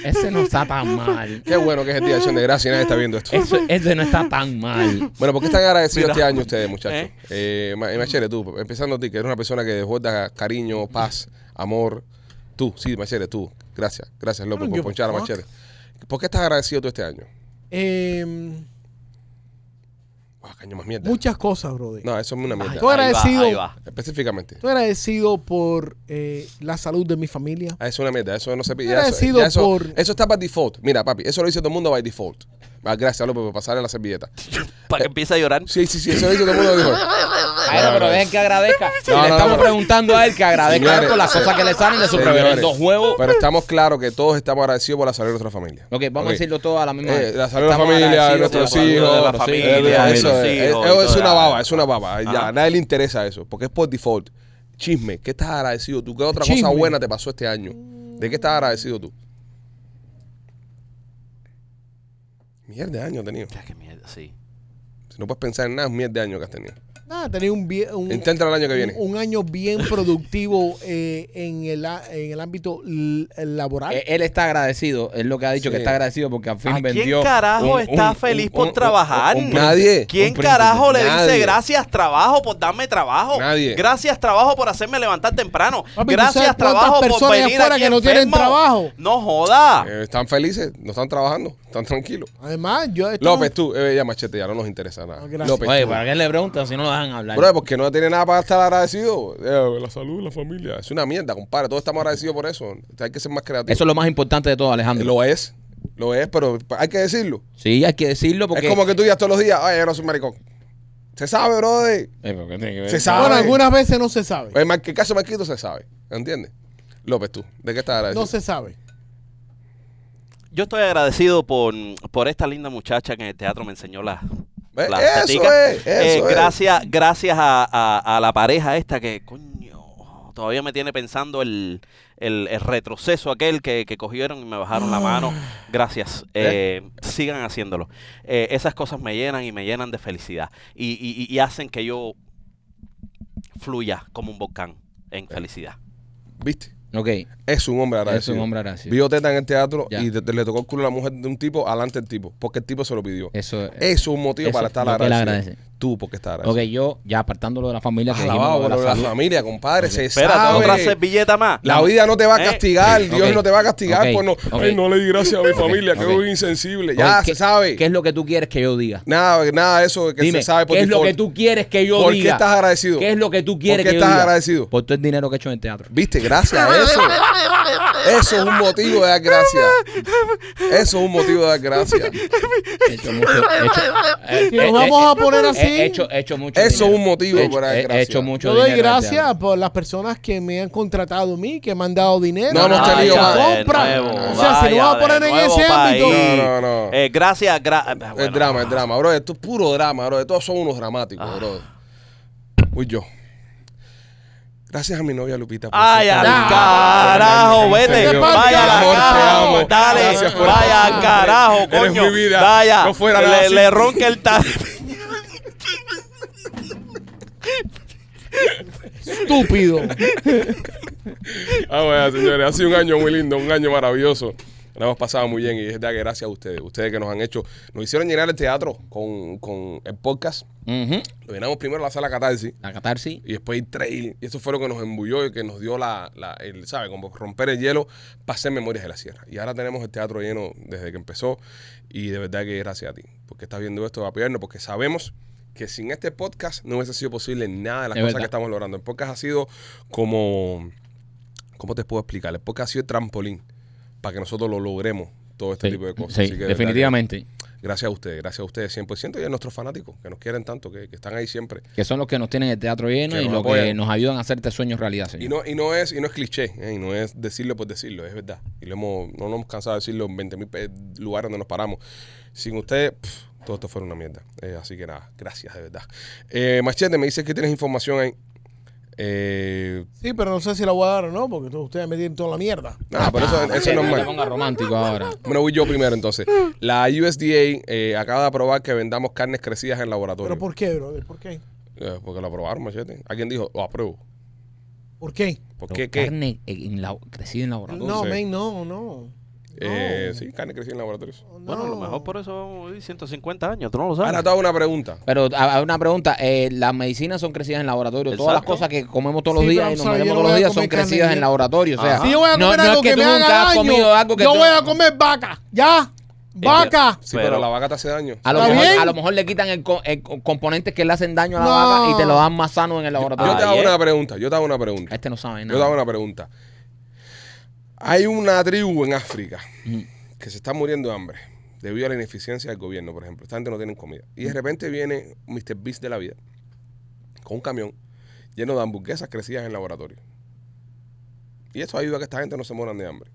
Ese no está tan mal. Qué bueno que es el día de acción de gracias y nadie está viendo esto. Eso- ese no está tan mal. Bueno, ¿por qué están agradecidos Mira. este año ustedes, muchachos? Eh, Ma- Machere, tú, empezando a ti, que eres una persona que desborda cariño, paz, amor. Tú, sí, Machere, tú. Gracias, gracias, López, I don't por give a ponchar a fuck. Machere. ¿Por qué estás agradecido tú este año? Em, Ah, caño, más mierda. muchas cosas, brother. No, eso es una mierda. Tú Ahí va, agradecido. ahí va. Específicamente. Estoy agradecido por eh, la salud de mi familia. Ah, eso es una mierda, eso no se pide. Yo ya Eso, agradecido ya eso, por- eso está by default. Mira, papi, eso lo dice todo el mundo by default. Ah, gracias, López, por pasarle la servilleta. Eh, Para que empiece a llorar. Sí, sí, sí, eso lo dice todo el mundo by default. Bueno, pero dejen que agradezca. Si No, le no, estamos no. preguntando a él que agradezca Señores, por las cosas que le salen de su señores. reverendo juego. Pero estamos claros que todos estamos agradecidos por la salud de nuestra familia. Ok, vamos a Ok. decirlo todo a la misma Eh, vez. la salud de la Estamos familia, de agradecidos nuestros por la hijos, de salud de la los Eh, familia, hijos. eh, de eso los es, eh, hijos y eso es toda una la- baba, es una baba. Ya, Ajá. a nadie le interesa eso, porque es por default. Chisme, ¿qué estás agradecido tú? ¿Qué otra Chisme. cosa buena te pasó este año? ¿De qué estás agradecido tú? Mierda de año has tenido. Ya, qué mierda, sí. Si no puedes pensar en nada, es mierda de año que has tenido. Nada, tenía un, bien- un, Intenta el año que viene. un año bien productivo eh, en, el, a- en el ámbito l- laboral. Eh, Él está agradecido, es lo que ha Sí. dicho que está agradecido porque al fin ¿A quién vendió. carajo está feliz por trabajar? príncipe. Nadie. ¿Quién Un príncipe, carajo le nadie. dice gracias trabajo por darme trabajo? Nadie. Gracias trabajo por hacerme levantar temprano. Papi, ¿tú sabes gracias cuántas trabajo por personas allá venir afuera aquí que no tienen enfermo? trabajo? No joda. Eh, están felices, no están trabajando, están tranquilos. Además, yo esto- López, tú, eh, ya machete, ya no nos interesa nada. Ah, gracias. López, Oye, tú. ¿para qué le preguntan si no lo dejan hablar? Bro, porque no tiene nada para estar agradecido. Eh, la salud, la familia. Es una mierda, compadre. Todos estamos agradecidos por eso. Hay que ser más creativos. Eso es lo más importante de todo, Alejandro. Lo es. Lo es, pero hay que decirlo. Sí, hay que decirlo porque. Es como que tú digas todos los días, ay, yo no soy maricón. Se sabe, brother. Eh, pero ¿qué tiene que ver? Se sabe. Bueno, algunas veces no se sabe. En el caso de Marquito se sabe. ¿Entiendes? López, tú, ¿de qué estás agradecido? No se sabe. Yo estoy agradecido por, por esta linda muchacha que en el teatro me enseñó las Eh, las eso teticas. es, Eh, eso es. Gracias, gracias a, a- a la pareja esta que, coño, todavía me tiene pensando el, el- el retroceso aquel que, que cogieron y me bajaron la mano. Ah. Gracias. Eh, Sigan haciéndolo. Eh, esas cosas me llenan y me llenan de felicidad. Y, y- y- y hacen que yo fluya como un volcán en felicidad. ¿Viste? Ok, Es un hombre es agradecido. un hombre agradecido. Vio teta en el teatro Ya. y te- te- le tocó el culo a la mujer de un tipo, adelante el tipo, porque el tipo se lo pidió. Eso es. Eso es un motivo Eh, Eso para es estar lo que él agradecido. agradece. Tú, porque estás agradecido. Ok, yo, ya apartándolo de la familia que dijimos. Alabado, lo de la pero Ah, la, salud. familia, compadre, se Espérate, sabe. otra servilleta más. La vida no te va a Eh, castigar, Dios ok, no te va a castigar ok, por no. Ay, ok. no le di gracias a mi familia, que ok. soy insensible. Ya Ok, se ¿qué- sabe. ¿Qué es lo que tú quieres que yo diga? Nada, nada de eso de que Dime, se sabe por ¿qué es lo default. que tú quieres que yo ¿Por qué diga? estás agradecido? ¿Qué es lo que tú quieres ¿Por qué que yo estás diga? agradecido? Por todo el dinero que he hecho en el teatro. Viste, gracias a eso. Eso es un motivo de dar gracias. Eso es un motivo de dar gracias. He hecho mucho. he hecho- eh, Si nos eh, vamos eh, a poner he- así, He hecho, he hecho mucho. Eso es dinero. un motivo He hecho- para dar he- He gracias. hecho mucho. yo doy dinero al gracias teatro. por las personas que me han contratado a mí, que me han dado dinero. No hemos que tenido me más. compran. De nuevo, o sea, si no vaya, vamos a poner de en nuevo ese pa' ámbito. ahí. No, no, no. Eh, gracias, gracias. es drama, es ah. drama, bro. Esto es puro drama, bro. Todos son unos dramáticos, Ah. bro. Uy, yo. Gracias a mi novia Lupita. por Ay, ser al tan- carajo, vete. Señor, Vaya al amor, te carajo, amo. dale. Gracias por- vaya al carajo, Eres mi coño. vida. Vaya. No fuera nada le, así. le ronca el tal. Estúpido. Ah, bueno, señores, ha sido un año muy lindo, un año maravilloso. Nos hemos pasado muy bien y es verdad que gracias a ustedes. Ustedes que nos han hecho, nos hicieron llenar el teatro con, con el podcast. Ujú. Lo llenamos primero la sala Catarsis La catarsis. y después el trail. Y eso fue lo que nos embulló y que nos dio la, la el, ¿sabe? Como romper el hielo para hacer Memorias de la Sierra. Y ahora tenemos el teatro lleno desde que empezó. Y de verdad que gracias a ti, porque estás viendo esto, apoyarnos, porque sabemos que sin este podcast no hubiese sido posible nada de las Es cosas verdad. que estamos logrando. El podcast ha sido como, ¿cómo te puedo explicar? El podcast ha sido el trampolín para que nosotros lo logremos, todo este Sí, tipo de cosas. sí, Así que de verdad que- definitivamente. Gracias a ustedes, gracias a ustedes 100% y a nuestros fanáticos que nos quieren tanto, que- que están ahí siempre. Que son los que nos tienen el teatro lleno Que y nos los que apoyan. nos ayudan a hacerte sueños realidad, señor. Y no, y no es, y no es cliché, ¿eh? y no es decirlo por decirlo, es verdad. Y lo hemos, no nos hemos cansado de decirlo en 20 mil eh, lugares donde nos paramos. Sin ustedes, pf, todo esto fuera una mierda. Eh, así que nada, gracias de verdad. Eh, Machete, me dices que tienes información ahí. Eh, Sí, pero no sé si la voy a dar o no, porque ustedes me tienen toda la mierda. nada, pero eso, Ah, eso es no te normal. pongas romántico ahora. Bueno, voy yo primero entonces. La USDA eh, acaba de aprobar que vendamos carnes crecidas en laboratorio. ¿Pero por qué, brother? ¿Por qué? Eh, porque lo aprobaron, Machete. Alguien dijo, lo apruebo. ¿Por qué? ¿Por Pero qué qué? Carne en la, crecida en laboratorio. No, sé. men, no, no. Eh, No. Sí, carne crecida en laboratorio. Bueno, a lo mejor por eso vamos a ir 150 años, tú no lo sabes. Ahora te hago una pregunta. Pero a- a una pregunta, eh, las medicinas son crecidas en laboratorio. Todas las Exacto. cosas que comemos todos los Sí, días y pero vamos nos a ver, yo metemos no todos los voy a días son comer carne, crecidas en yo- laboratorio. O sea, Ajá. Si yo voy a Ah. no, comer no algo es que, que tú me haga nunca has daño, comido algo que yo tú- voy a comer vaca. Ya, vaca. Sí, pero, Pero- la vaca te hace daño. a lo, ¿Está mejor, bien? a lo mejor le quitan el, co- el co- componentes que le hacen daño a la No. vaca y te lo dan más sano en el laboratorio. Yo te Ah, hago yeah. una pregunta, yo te hago una pregunta. Este no sabe Yo te hago nada. una pregunta. Hay una tribu en África que se está muriendo de hambre debido a la ineficiencia del gobierno, por ejemplo. Esta gente no tiene comida. Y de repente viene Mr. Beast de la vida con un camión lleno de hamburguesas crecidas en el laboratorio. Y eso ayuda a que esta gente no se mueran de hambre.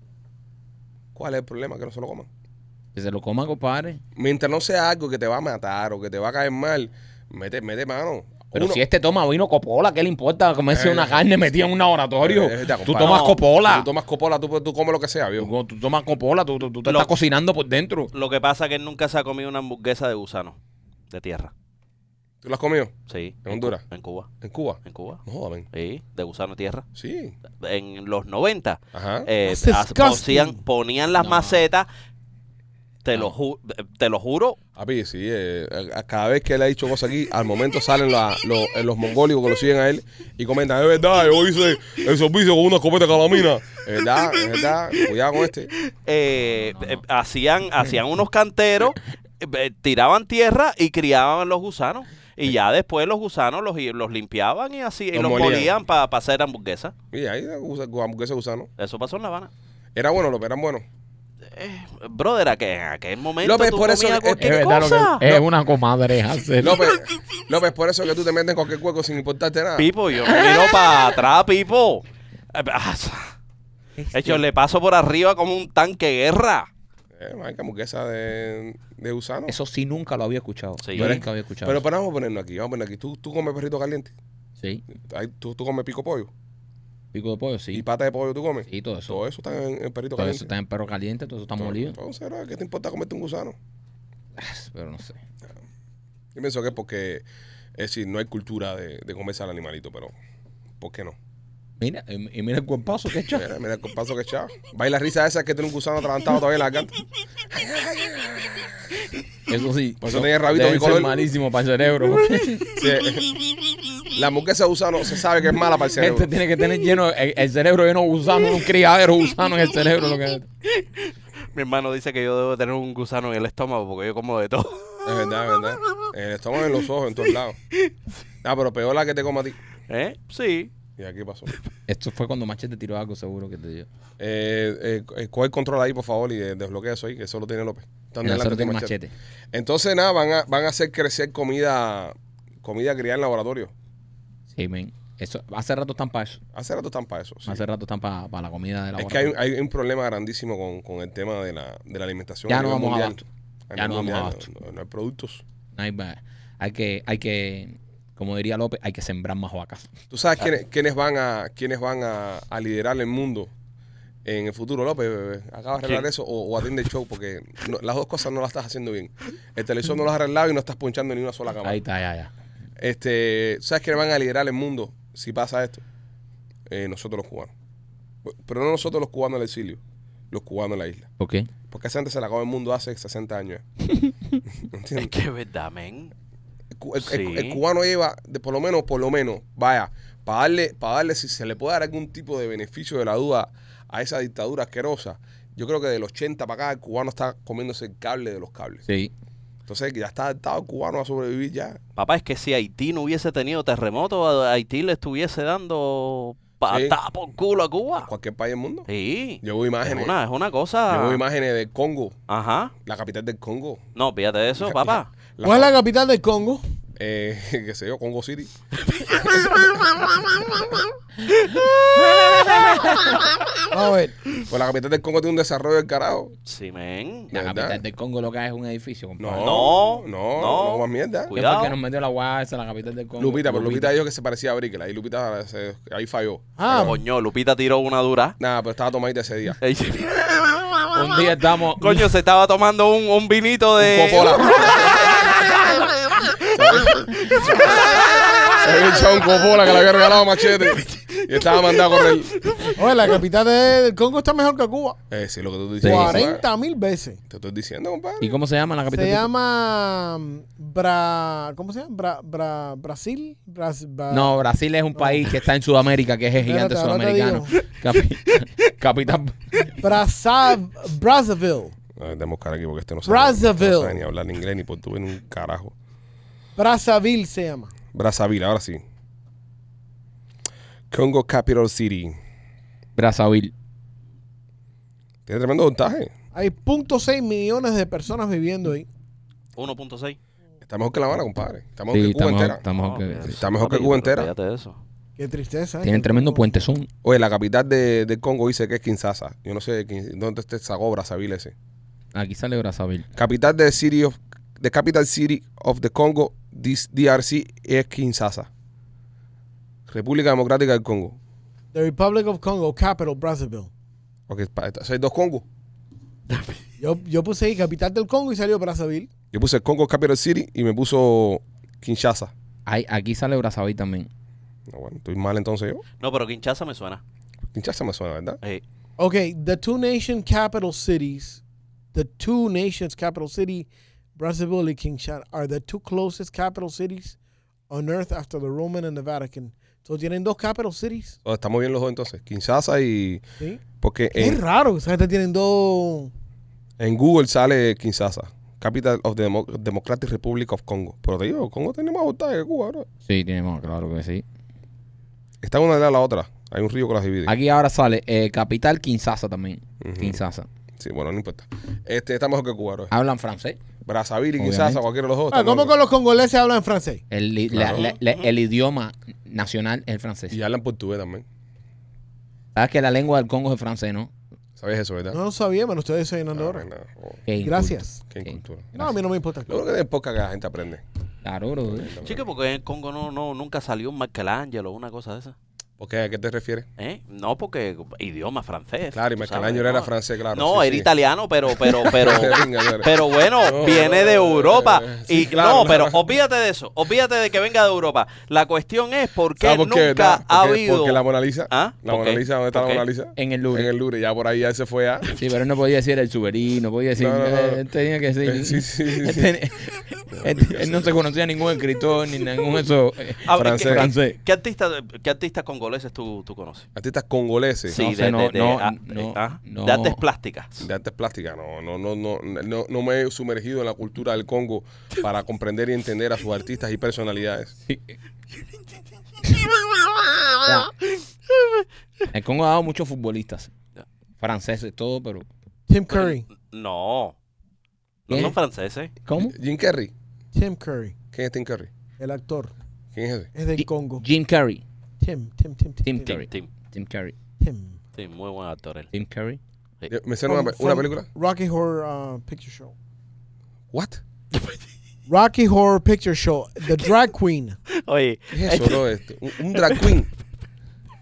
¿Cuál es el problema? Que no se lo coman. Que se lo coman, compadre. Mientras no sea algo que te va a matar o que te va a caer mal, mete, mete mano. Pero Uno- si este toma vino copola, ¿qué le importa comerse Eh, una carne metida en un laboratorio? Eh, ya, tú compadre. tomas No, copola. Tú tomas copola, tú, tú comes lo que sea, viejo. Tú, tú tomas copola, tú, tú- tú te Lo- estás cocinando por dentro. Lo que pasa es que él nunca se ha comido una hamburguesa de gusano, de tierra. ¿Tú lo has comido Sí. ¿En Honduras? Cu- En Cuba. en Cuba? En Cuba. No, jodan. Sí, de gusano de tierra. Sí. En los 90 Ajá. eh, Ah, That's as- ponían, disgusting. ponían las No. macetas. Te, No. lo ju- te lo juro, Papi, sí, eh, a- cada vez que él ha dicho cosas aquí, al momento salen la- lo- eh, los mongólicos que lo siguen a él y comentan, es verdad, yo hice el servicio con una escopeta calamina. Es verdad, es verdad, cuidado con este. eh, No, no, no. eh, hacían, hacían unos canteros, eh, eh, tiraban tierra y criaban los gusanos. Eh. Y ya después los gusanos los, i- los limpiaban y así, y Los los molían. molían para hacer hamburguesa. Mira, ahí usa- con hamburguesa de gusano. Eso pasó en La Habana. Era bueno, López, eran buenos. Eh, brother, a que en aquel momento López, tú por eso comías que- es cualquier verdad lo que- cosa. es una comadre. Hansel. López, López, por eso que tú te metes en cualquier hueco sin importarte eh. nada. Pipo, yo no miro para atrás, Pipo. Eh, ah, Este Hecho, le paso por arriba como un tanque de guerra. Eh, marica, hamburguesa de, de gusano. Eso sí nunca lo había escuchado. Sí. Yo Pero- nunca había escuchado. Pero, pero vamos a ponernos aquí, vamos a ponernos aquí. Tú, tú comes perrito caliente, sí. Ahí, tú, tú comes pico pollo Pico de pollo, sí. y pata de pollo tú comes. Sí, todo eso. Todo eso está en, en perrito Todo caliente. eso está en perro caliente, todo eso está Todo- molido. Entonces, ¿verdad? ¿qué te importa comerte un gusano? Pero no sé. Yo pienso que es porque, es decir, no hay cultura de, de comerse al animalito, pero ¿por qué no? Mira, y y mira el cuerpazo que echa. Mira, mira el paso que echaba. Baila risa esa que tiene un gusano atragantado todavía en la garganta. Eso sí. Por eso tenía el rabito deben ser bicolor. malísimo para el cerebro. Este Sí. La hamburguesa de gusano se sabe que es mala para el cerebro. Gente tiene que tener lleno el, el cerebro lleno de gusanos, un criadero de gusanos en el cerebro. Lo que... Mi hermano dice que yo debo tener un gusano en el estómago porque yo como de todo. Es verdad, es verdad. En el estómago, en los ojos, en todos lados. Ah, pero peor la que te coma a ti. ¿Eh? Sí. Y aquí pasó. Esto fue cuando Machete tiró algo seguro que te dio. Eh, eh, eh, coge el control ahí, por favor, y eh, desbloquea eso ahí, que eso lo tiene López. Están En la delante suerte de del machete. machete. Entonces, nada, van a, van a hacer crecer comida, comida criada en laboratorio. Sí, men. Eso, hace rato están para eso. Hace rato están para eso. sí. Hace rato están para la comida de la Es que hay, un- hay un problema grandísimo con, con el tema de la, de la alimentación. Ya a no nivel vamos mundial. abasto. A Ya nivel no vamos mundial, abasto. No, no hay productos. No hay ba- hay que, hay que, como diría López, hay que sembrar más vacas. ¿Tú sabes quiénes, quiénes van, a, quiénes van a, a liderar el mundo en el futuro, López? bebé? ¿Acabas de arreglar ¿Quién? eso o, o atiende el show? Porque no- las dos cosas no las estás haciendo bien. El televisor no lo has arreglado y no estás ponchando ni una sola cámara. Ahí está, ya, ya. Este, ¿Sabes quiénes van a liderar el mundo si pasa esto? Eh, nosotros los cubanos. Pero no nosotros los cubanos del exilio, los cubanos en la isla. ¿Por qué? Porque esa gente se la acabó el mundo hace 60 años. ya. ¿Entiendes? Es que es verdad, men. El cu- el, el- Sí. el cubano lleva, de, por lo menos, por lo menos, vaya, para darle, para darle, si se le puede dar algún tipo de beneficio de la duda a esa dictadura asquerosa, yo creo que del 80 para acá el cubano está comiéndose el cable de los cables. Sí. Entonces ya está adaptado el cubano a sobrevivir ya. Papá, es que si Haití no hubiese tenido terremoto, a Haití le estuviese dando patada por culo a en Cuba. cualquier país del mundo. Sí. Yo veo Es imágenes. una, es una Ah. Yo veo cosa. imágenes de Congo, Ajá. la capital del Congo. No, fíjate de eso, Hija- papá. La- ¿Cuál es la capital del Congo? eh, qué sé yo, Congo City. A ver. Pues la capital del Congo tiene un desarrollo del carajo. Sí, men. ¿De La verdad? capital del Congo lo que hay es un edificio, compadre. No, no, No, no, no. más mierda. ¿Qué Cuidado. fue que nos metió la guasa esa, la capital del Congo? Lupita, pero Lupita dijo que se parecía a Brickell. Ahí Lupita se- ahí falló. Ah, Coño, Lupita tiró una dura. Nada, pero estaba tomadita ese día. Ey, Un día estamos... Coño, se estaba tomando un, un vinito Eh. de. Copola. Se había echado un copola que le había regalado Machete. Y estaba mandado a correr. oye, la capital del Congo está mejor que Cuba. Eh, sí, lo que tú Sí. estás diciendo. compadre. 40 mil veces. Te estoy diciendo, ¿Y compadre. cómo se llama la capital Se del- llama mm, Bra, ¿cómo se llama? Bra, Bra- Brasil, Bras- Bra- No, Brasil es un país que está en Sudamérica, que es el gigante Espérate, ahora te sudamericano. Capi- capital... Brasa- Brazzaville, A ver, Demos cara aquí porque este no sabe, Brazzaville. no sabe ni hablar ni inglés ni portugués ni un carajo. Brazzaville se llama. Brazzaville, ahora sí. Congo Capital City. Brazzaville. Tiene tremendo montaje. Hay 0.6 millones de personas viviendo ahí. 1.6. Está mejor que La Habana, compadre. Está mejor Sí, que Cuba estamos, entera. estamos que- Está mejor que Cuba entera. Qué tristeza. ¿eh? Tienen Que- tremendo puentezón. Oye, la capital de, del Congo dice que es Kinshasa. Yo no sé quién- dónde está esa obra, Sabil ese. Aquí sale Brazzaville. Capital de City of, the Capital City of the Congo, this DRC, es Kinshasa. República Democrática del Congo. The Republic of Congo, capital, Brazzaville. Ok, pa- o sea, hay dos Congos. Yo, yo puse ahí capital del Congo y salió Brazzaville. Yo puse Congo Capital City y me puso Kinshasa. Ay, aquí sale Brazzaville también. No, bueno, estoy mal entonces yo. No, pero Kinshasa me suena. Kinshasa me suena, ¿verdad? Eh, Ok, the two nation capital cities, the two nations capital city, Brazzaville and Kinshasa, are the two closest capital cities on earth after the Roman and the Vatican. So tienen dos capital cities. O, Estamos bien los dos entonces. Kinshasa y... ¿sí? Porque es en, raro, esa gente tienen dos. en Google sale Kinshasa. Capital of the Demo- Democratic Republic of Congo. Pero te digo, Congo tiene más ventaja que Cuba, bro. Sí, tenemos, claro que sí. Están una al lado de la otra. Hay un río que las divide. Aquí ahora sale eh, Capital Kinshasa también. Kinshasa. Sí, bueno, no importa. Este está mejor que Cuba, bro. Hablan francés. Brazzaville y Obviamente. Kinshasa, cualquiera de los dos. Ah, están ¿Cómo locos. con los congoleses hablan francés? El, li- Claro. la- la- la- el idioma nacional es el francés. Y hablan portugués también. Sabes que la lengua del Congo es el francés, ¿no? ¿Sabes eso, verdad? No lo sabía, pero estoy desayunando Ah, ahora. nada. Oh, Qué inculto. Gracias. qué Ok. cultura. No, a mí no me importa. Lo único que tiene poca que la gente aprende. Claro, bro. chico, porque en el Congo no, no, nunca salió un Michelangelo o una cosa de esa. ¿Por qué? ¿A qué te refieres? ¿Eh? No, porque idioma francés. Claro, y tú sabes, Michelangelo era ¿no? francés, claro. No, sí, era sí. italiano, pero, pero, pero, Se ringa, claro. pero bueno, No, viene de eh, Europa. sí, y claro, no, una pero raza- olvídate de eso, olvídate de que venga de Europa. La cuestión es por qué ¿Sabes por nunca qué, verdad? ha porque, habido. Porque la Mona Lisa. ¿Ah? La ¿Por Mona qué? Lisa, ¿dónde está ¿Por la qué? Mona Lisa? En el Louvre. En el Louvre, ya por ahí ya se fue a. Sí, pero él no podía decir el suberí, no podía decir. No, no, no. eh, él tenía que decir. Eh, sí, sí, sí, él, sí. tenía- él- él no se conocía ningún escritor ni ningún eso. eh, Ah, ¿qué- francés. qué- Francés. ¿Qué artistas qué artistas congoleses tú, tú conoces? Artistas congoleses. No sé, no, no, no, ah, no. de artes plásticas. De artes plásticas, no, no, no, no, no, no me he sumergido en la cultura del Congo para comprender y entender a sus artistas y personalidades. Sí. Ya. El Congo ha dado muchos futbolistas. Ya. Franceses, todo, pero. Tim Curry. No. No ¿Qué? son franceses. ¿Cómo? Jim Carrey, Tim Curry, ¿quién es Tim Carrey? el actor, ¿Quién es ese? es del Ji- Congo. Jim Carrey. Tim, Tim, Tim, Tim Tim. Curry. Tim. Tim, Tim, Tim Carrey. Tim. Tim, muy buen actor él. Tim Carrey. Yo- Me suena una, From- una from película. Rocky Horror uh, Picture Show. What? Rocky Horror Picture Show, The Drag Queen. Oye, ¿Qué es eso, bro? Este, un, un drag queen.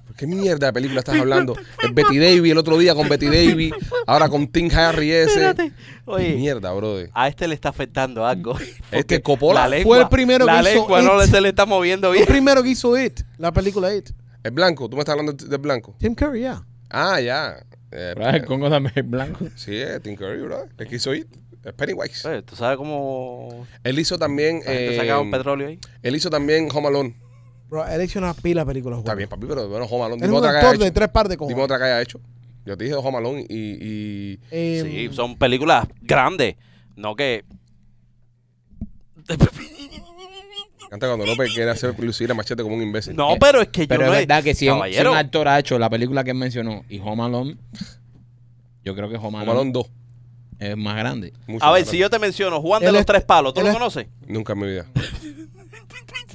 ¿Por ¿Qué mierda de película estás hablando? Es Betty Davis el otro día con Betty Davis, ahora con Tim Harry ese. espérate. ¿Qué Oye, mierda, bro? a este le está afectando algo. Este Coppola La fue el lengua- primero la que hizo lengua no It. le- se le está moviendo El bien. primero que hizo It, la película It. Es blanco, tú me estás hablando de blanco. Tim Curry, ya. Ah, ya. Eh, Pero el Congo también es blanco. sí, es Tim Curry, bro. Es que hizo It. Es Pennywise. Oye, ¿Tú sabes cómo Él hizo también. la gente eh, sacaba un petróleo ahí? él hizo también Home Alone. Bro, él ha hecho una pila de películas. Está bien, papi, pero bueno, Home Alone. Es Dime un otra que haya actor de hecho. tres partes con. Dime otra que haya hecho. Yo te dije Home Alone y. y Eh, Sí, son películas grandes. No que. antes cuando López quiere hacer lucir a Machete como un imbécil. No, pero es que yo Pero no es he- verdad que si un, si Caballero, un actor ha hecho la película que él mencionó y Home Alone, yo creo que Home Home Alone, Alone 2. es más grande. Mucho A ver, más si yo te menciono Juan de Él los es- Tres Palos, ¿tú él lo es- conoces? grande. Nunca en mi vida.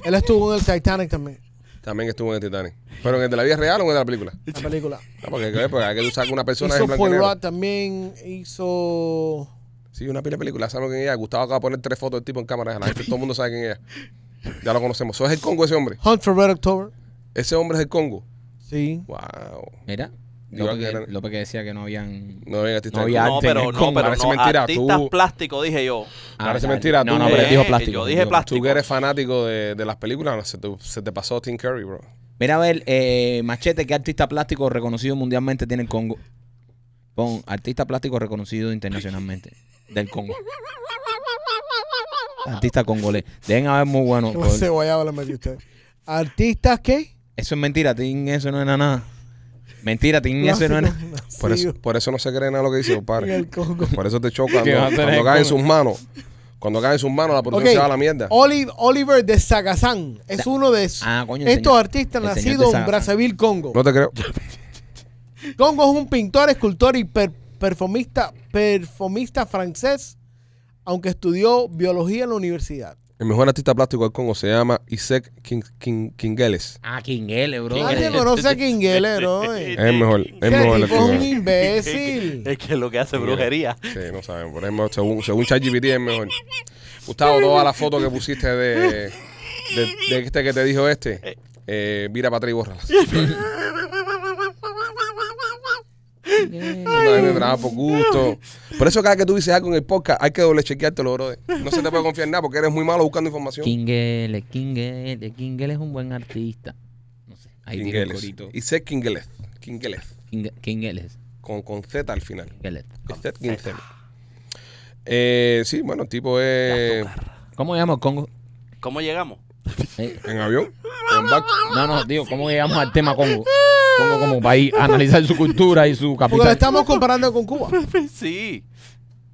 Él estuvo en el Titanic también, También estuvo en el Titanic. ¿Pero en el de la vida real o en el de la película? la película. No, porque hay que ver, porque hay que usar una persona en hizo blanco y negro. Poirot también, hizo. Sí, una pila de películas. ¿Sabes quién es ella? Gustavo acaba de poner tres fotos del tipo en cámara. La gente, todo el mundo sabe quién es ella. Ya lo conocemos. ¿Eso es el Congo ese hombre? Hunt for Red October. Ese hombre es el Congo. Sí. Wow. Mira, Digo López que que, era- López que decía que no habían... No venga, artista No del había Congo. No, arte en pero el no, Congo. pero Parece no. mentira, Artistas tú- plástico, dije yo. Parece dale. mentira, Ah, No, tú- no, pero él dijo Eh, plástico. yo él dije dijo plástico. Tú que eres fanático de, de las películas, no, se, te, se te pasó Tim Curry, bro. Mira, a ver, eh, Machete, ¿qué artista plástico reconocido mundialmente tiene el Congo? Pon, artista plástico reconocido internacionalmente del Congo. Artista congolés. Deben haber muy buenos. ¿Qué clase de guayaba le metió usted? ¿Artistas qué? Eso es mentira, Tin, eso no era nada. Mentira, Tin, eso Mm, no era... Por, eso, por eso no se cree nada lo que dice, en compadre. el Congo. Por eso te choca ¿Qué cuando, va a hacer cuando el cae en Congo? sus manos. Cuando cae en sus manos, la producción Ok. se va a la mierda. Olive- Oliver de Sagazán es uno de esos- Ah, coño, el estos señor- artistas el señor de nacidos en Sagazán. Brazzaville, Congo. No te creo. Congo es un pintor, escultor y per- performista, performista francés, aunque estudió biología en la universidad. El mejor artista plástico del Congo se llama Isaac King, King- Kingeles. Ah, Kingele, bro. Nadie conoce a Kinguele, bro. eh. Es el mejor. Es el Ese mejor tipo es un artista. imbécil. Es que lo que hace Sí, brujería. Sí, no saben. Por ejemplo, según, según ChatGPT es el mejor. Gustavo, toda la foto que pusiste de, de, de este que te dijo este, eh, mira para atrás y bórralas. Una gente trabaja por gusto. Por eso cada que tú dices algo en el podcast, hay que doble chequeártelo, brother. No se te puede confiar en nada porque eres muy malo buscando información. Kingele, Kingele. Kingele es un buen artista. No sé. Ahí tiene el Kingeles. corito. Isaac Kingeles. Kingeles. Kinge- Kingele. Con, con Z al final. Kingele. Isaac Kingeles. Eh, sí, bueno, el tipo es ¿Cómo llegamos al Congo? ¿Cómo llegamos? Eh, en avión, en barco. No, no, digo, ¿cómo llegamos al tema Congo? Congo como país, analizar su cultura y su Porque lo capital. estamos comparando con Cuba. sí.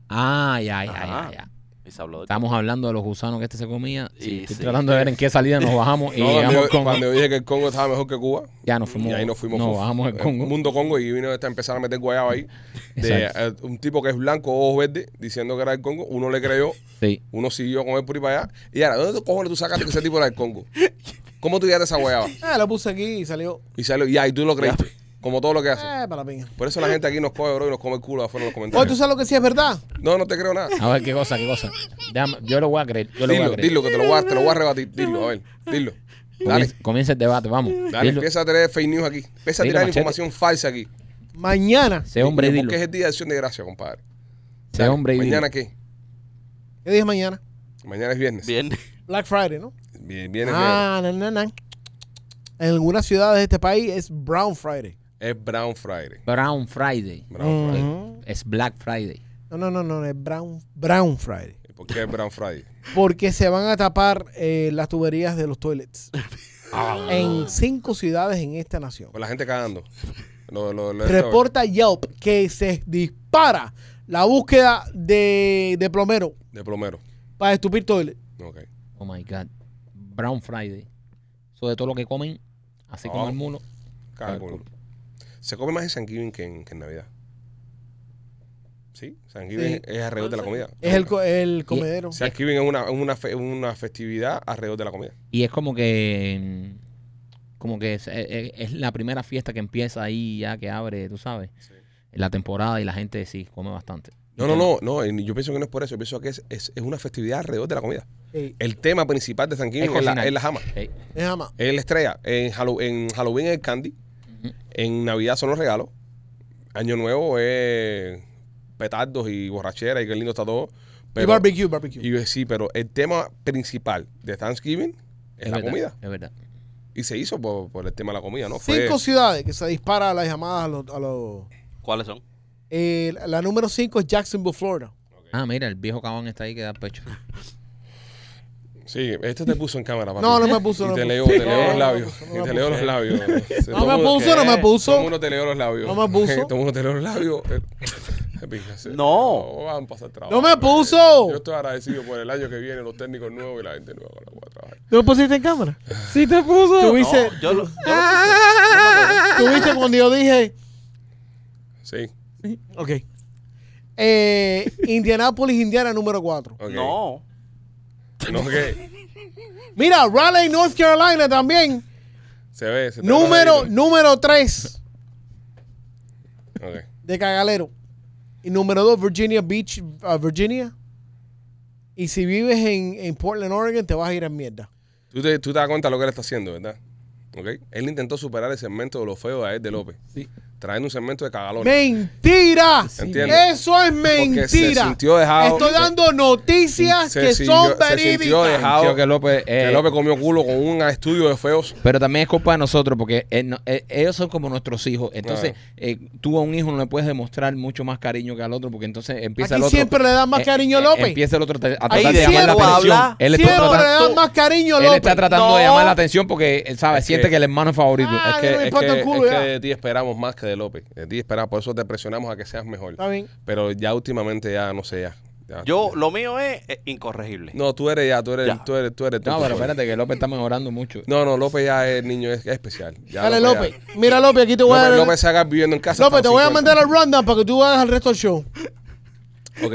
Ah, ya, ya, Ajá. ya, ya. Y se habló de Estamos hablando de los gusanos que este se comía. Sí, Y estoy sí. tratando de ver en qué salida nos bajamos y No, cuando, llegamos yo, al Congo. cuando yo dije que el Congo estaba mejor que Cuba, Ya nos fuimos. y ahí nos fuimos. Nos fu- bajamos al eh, Congo. Mundo Congo y vino este a empezar a meter guayaba ahí. De, eh, un tipo que es blanco, ojos verdes, diciendo que era el Congo. Uno le creyó, Sí. uno siguió con él por ahí para allá. Y ahora, ¿dónde cojones tú sacaste que ese tipo era el Congo? ¿Cómo tú llegaste a esa guayaba? Ah, lo puse aquí y salió. Y salió, y ahí tú lo creíste. Como todo lo que hace. Eh, para la piña. Por eso la gente aquí nos coge, bro, y nos come el culo afuera en los Oh, Oye, ¿tú comentarios. sabes lo que sí es verdad? No, no te creo nada. A ver qué cosa, qué cosa. Déjame- yo lo voy a creer. Ah, Yo lo voy a Dilo, creer. dilo, que te lo voy a, te lo voy a rebatir. Dilo, a ver, dilo. Dale, Comienza, comienza el debate, vamos. dale, Dilo. empieza a tener fake news aquí. Empieza a Dilo, tirar machete. información falsa aquí. Mañana. Sé hombre, Porque dilo. es el día de acción de gracia, compadre. Sé Dale, hombre y dilo. ¿Mañana qué? ¿Qué dije mañana? Mañana es viernes. Viernes. Black Friday, ¿no? Bien, viernes, Ah, na, na, na. En algunas ciudades de este país es Brown viernes. Friday. Es Brown Friday. Brown Friday. Brown Friday. Ujú. Es Black Friday. No, no, no, no, es Brown, Brown Friday. ¿Por qué es Brown Friday? Porque se van a tapar eh, las tuberías de los toilets. Ah. en cinco ciudades en esta nación. Con la gente cagando. Lo- lo- lo- Reporta Yelp que se dispara la búsqueda de, de plomero De plomero. para estupir toilet. Ok. Oh my God. Brown Friday. Sobre todo lo que comen, así Oh. como el mulo. Caga Caga con- culo. Se come más en Thanksgiving que en, que en Navidad. ¿Sí? Thanksgiving Sí. es alrededor de la comida. Es el, co- el comedero. Thanksgiving es una, es una, fe- una festividad alrededor de la comida. Y es como que. mm, Como que es, es- es- es la primera fiesta que empieza ahí, ya que abre, tú sabes. La temporada y la gente sí come bastante. No, no, no, no. eh, Yo pienso que no es por eso. Yo pienso que es, es, es una festividad alrededor de la comida. Sí. El tema principal de Thanksgiving Es es, la, cocinar. es la jama. Ey, Es ama. Es la estrella. En, Hallow- en Halloween es el candy. ujú. En Navidad son los regalos. Año Nuevo es petardos y borrachera y qué lindo está todo. Pero, y barbecue, barbecue. y yo, sí, pero el tema principal de Thanksgiving es, la verdad, comida. Es verdad. Y se hizo por, por el tema de la comida, ¿no? Fue- Cinco ciudades que se dispara las llamadas a los... a los- ¿Cuáles son? eh, la número cinco es Jacksonville, Florida. Ah, mira, el viejo cabón está ahí que da pecho. Sí, este te puso en cámara. papi. No, no me puso, Y no te me leo, puso. te leo No, los no labios. me puso, y no te me leo los labios. No me puso, no me Todo el puso. mundo te leo los labios. No me puso. Todo el mundo te leo los labios. No. van a pasar trabajo. No me Yo puso. estoy agradecido por el año que viene, los técnicos nuevos y la gente nueva con la que voy a trabajar. ¿No me pusiste en cámara? Sí te puso. Tuviste, No, yo lo- yo lo- tuviste cuando yo dije... Sí. Ok. Eh, Indianapolis, Indiana, número 4. ok. No. No, que Mira, Raleigh, North Carolina también. se ve. se te Número, ve número 3 la vida. Ok. de Cagalero. Y número 2, Virginia Beach, uh, Virginia. Y si vives en, en Portland, Oregon, te vas a ir a mierda. Tú, te, tú te das cuenta de lo que él está haciendo, ¿verdad? Ok. Él intentó superar el segmento de lo feo de Aed de López. Sí. Trayendo un segmento de cagalones. ¡Mentira! Entiendo. Eso es Porque se mentira. sintió dejado. Estoy dando noticias se que sintió- son se sintió verídicas. dejado. Creo que López, eh, Que López comió culo con un estudio de feos. Pero también es culpa de nosotros porque eh, no- eh, ellos son como nuestros hijos. Entonces, Claro. eh, tú a un hijo no le puedes demostrar mucho más cariño que al otro porque entonces empieza Aquí el otro. siempre le dan más eh, cariño a eh, López. Empieza el otro te- a Ahí tratar de siempre llamar la atención. habla. Él está, Siempre le tratando, dan más cariño a él López. está tratando de No. llamar la atención porque, eh, ¿sabes? Es Siente que- que, el hermano es favorito. Ah, es que, no me es importa que- el culo es que ya. de ti esperamos más que de López. De ti esperamos, por eso te presionamos a que seas mejor. Está bien. Pero ya últimamente ya, no sé, ya. Ah, ya. Yo, lo mío es eh, incorregible. No, tú eres ya, tú eres, Ya. tú eres, tú eres. No, tú pero eres. espérate que López está mejorando mucho. No, no, López ya es niño, es, es especial. Ya Dale, ya- López. Mira, López, aquí te voy a López, dar. López se haga viviendo en casa. López, hasta te los voy a 50. mandar al rundown para que tú hagas el resto del show. Ok.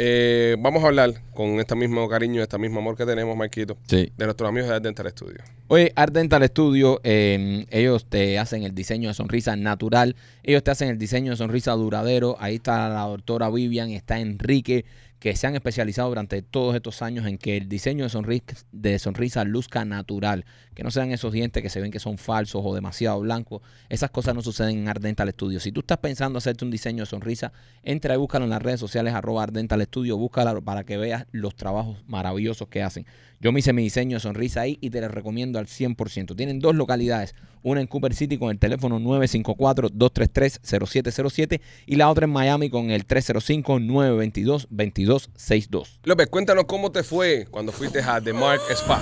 Eh, vamos a hablar con este mismo cariño, este mismo amor que tenemos, Marquito, Sí. de nuestros amigos de Art Dental Studio. Oye, Art Dental Studio, eh, ellos te hacen el diseño de sonrisa natural, ellos te hacen el diseño de sonrisa duradero, ahí está la doctora Vivian, está Enrique, que se han especializado durante todos estos años en que el diseño de sonrisa, de sonrisa luzca natural, que no sean esos dientes que se ven que son falsos o demasiado blancos, esas cosas no suceden en Art Dental Studio. Si tú estás pensando hacerte un diseño de sonrisa, entra y búscalo en las redes sociales, arroba Art Dental Studio, búscala para que veas los trabajos maravillosos que hacen. Yo me hice mi diseño de sonrisa ahí y te lo recomiendo al 100%. Tienen dos localidades, una en Cooper City con el teléfono 954-233-0707 y la otra en Miami con el 305-922-2262. López, cuéntanos cómo te fue cuando fuiste a The Mark Spa.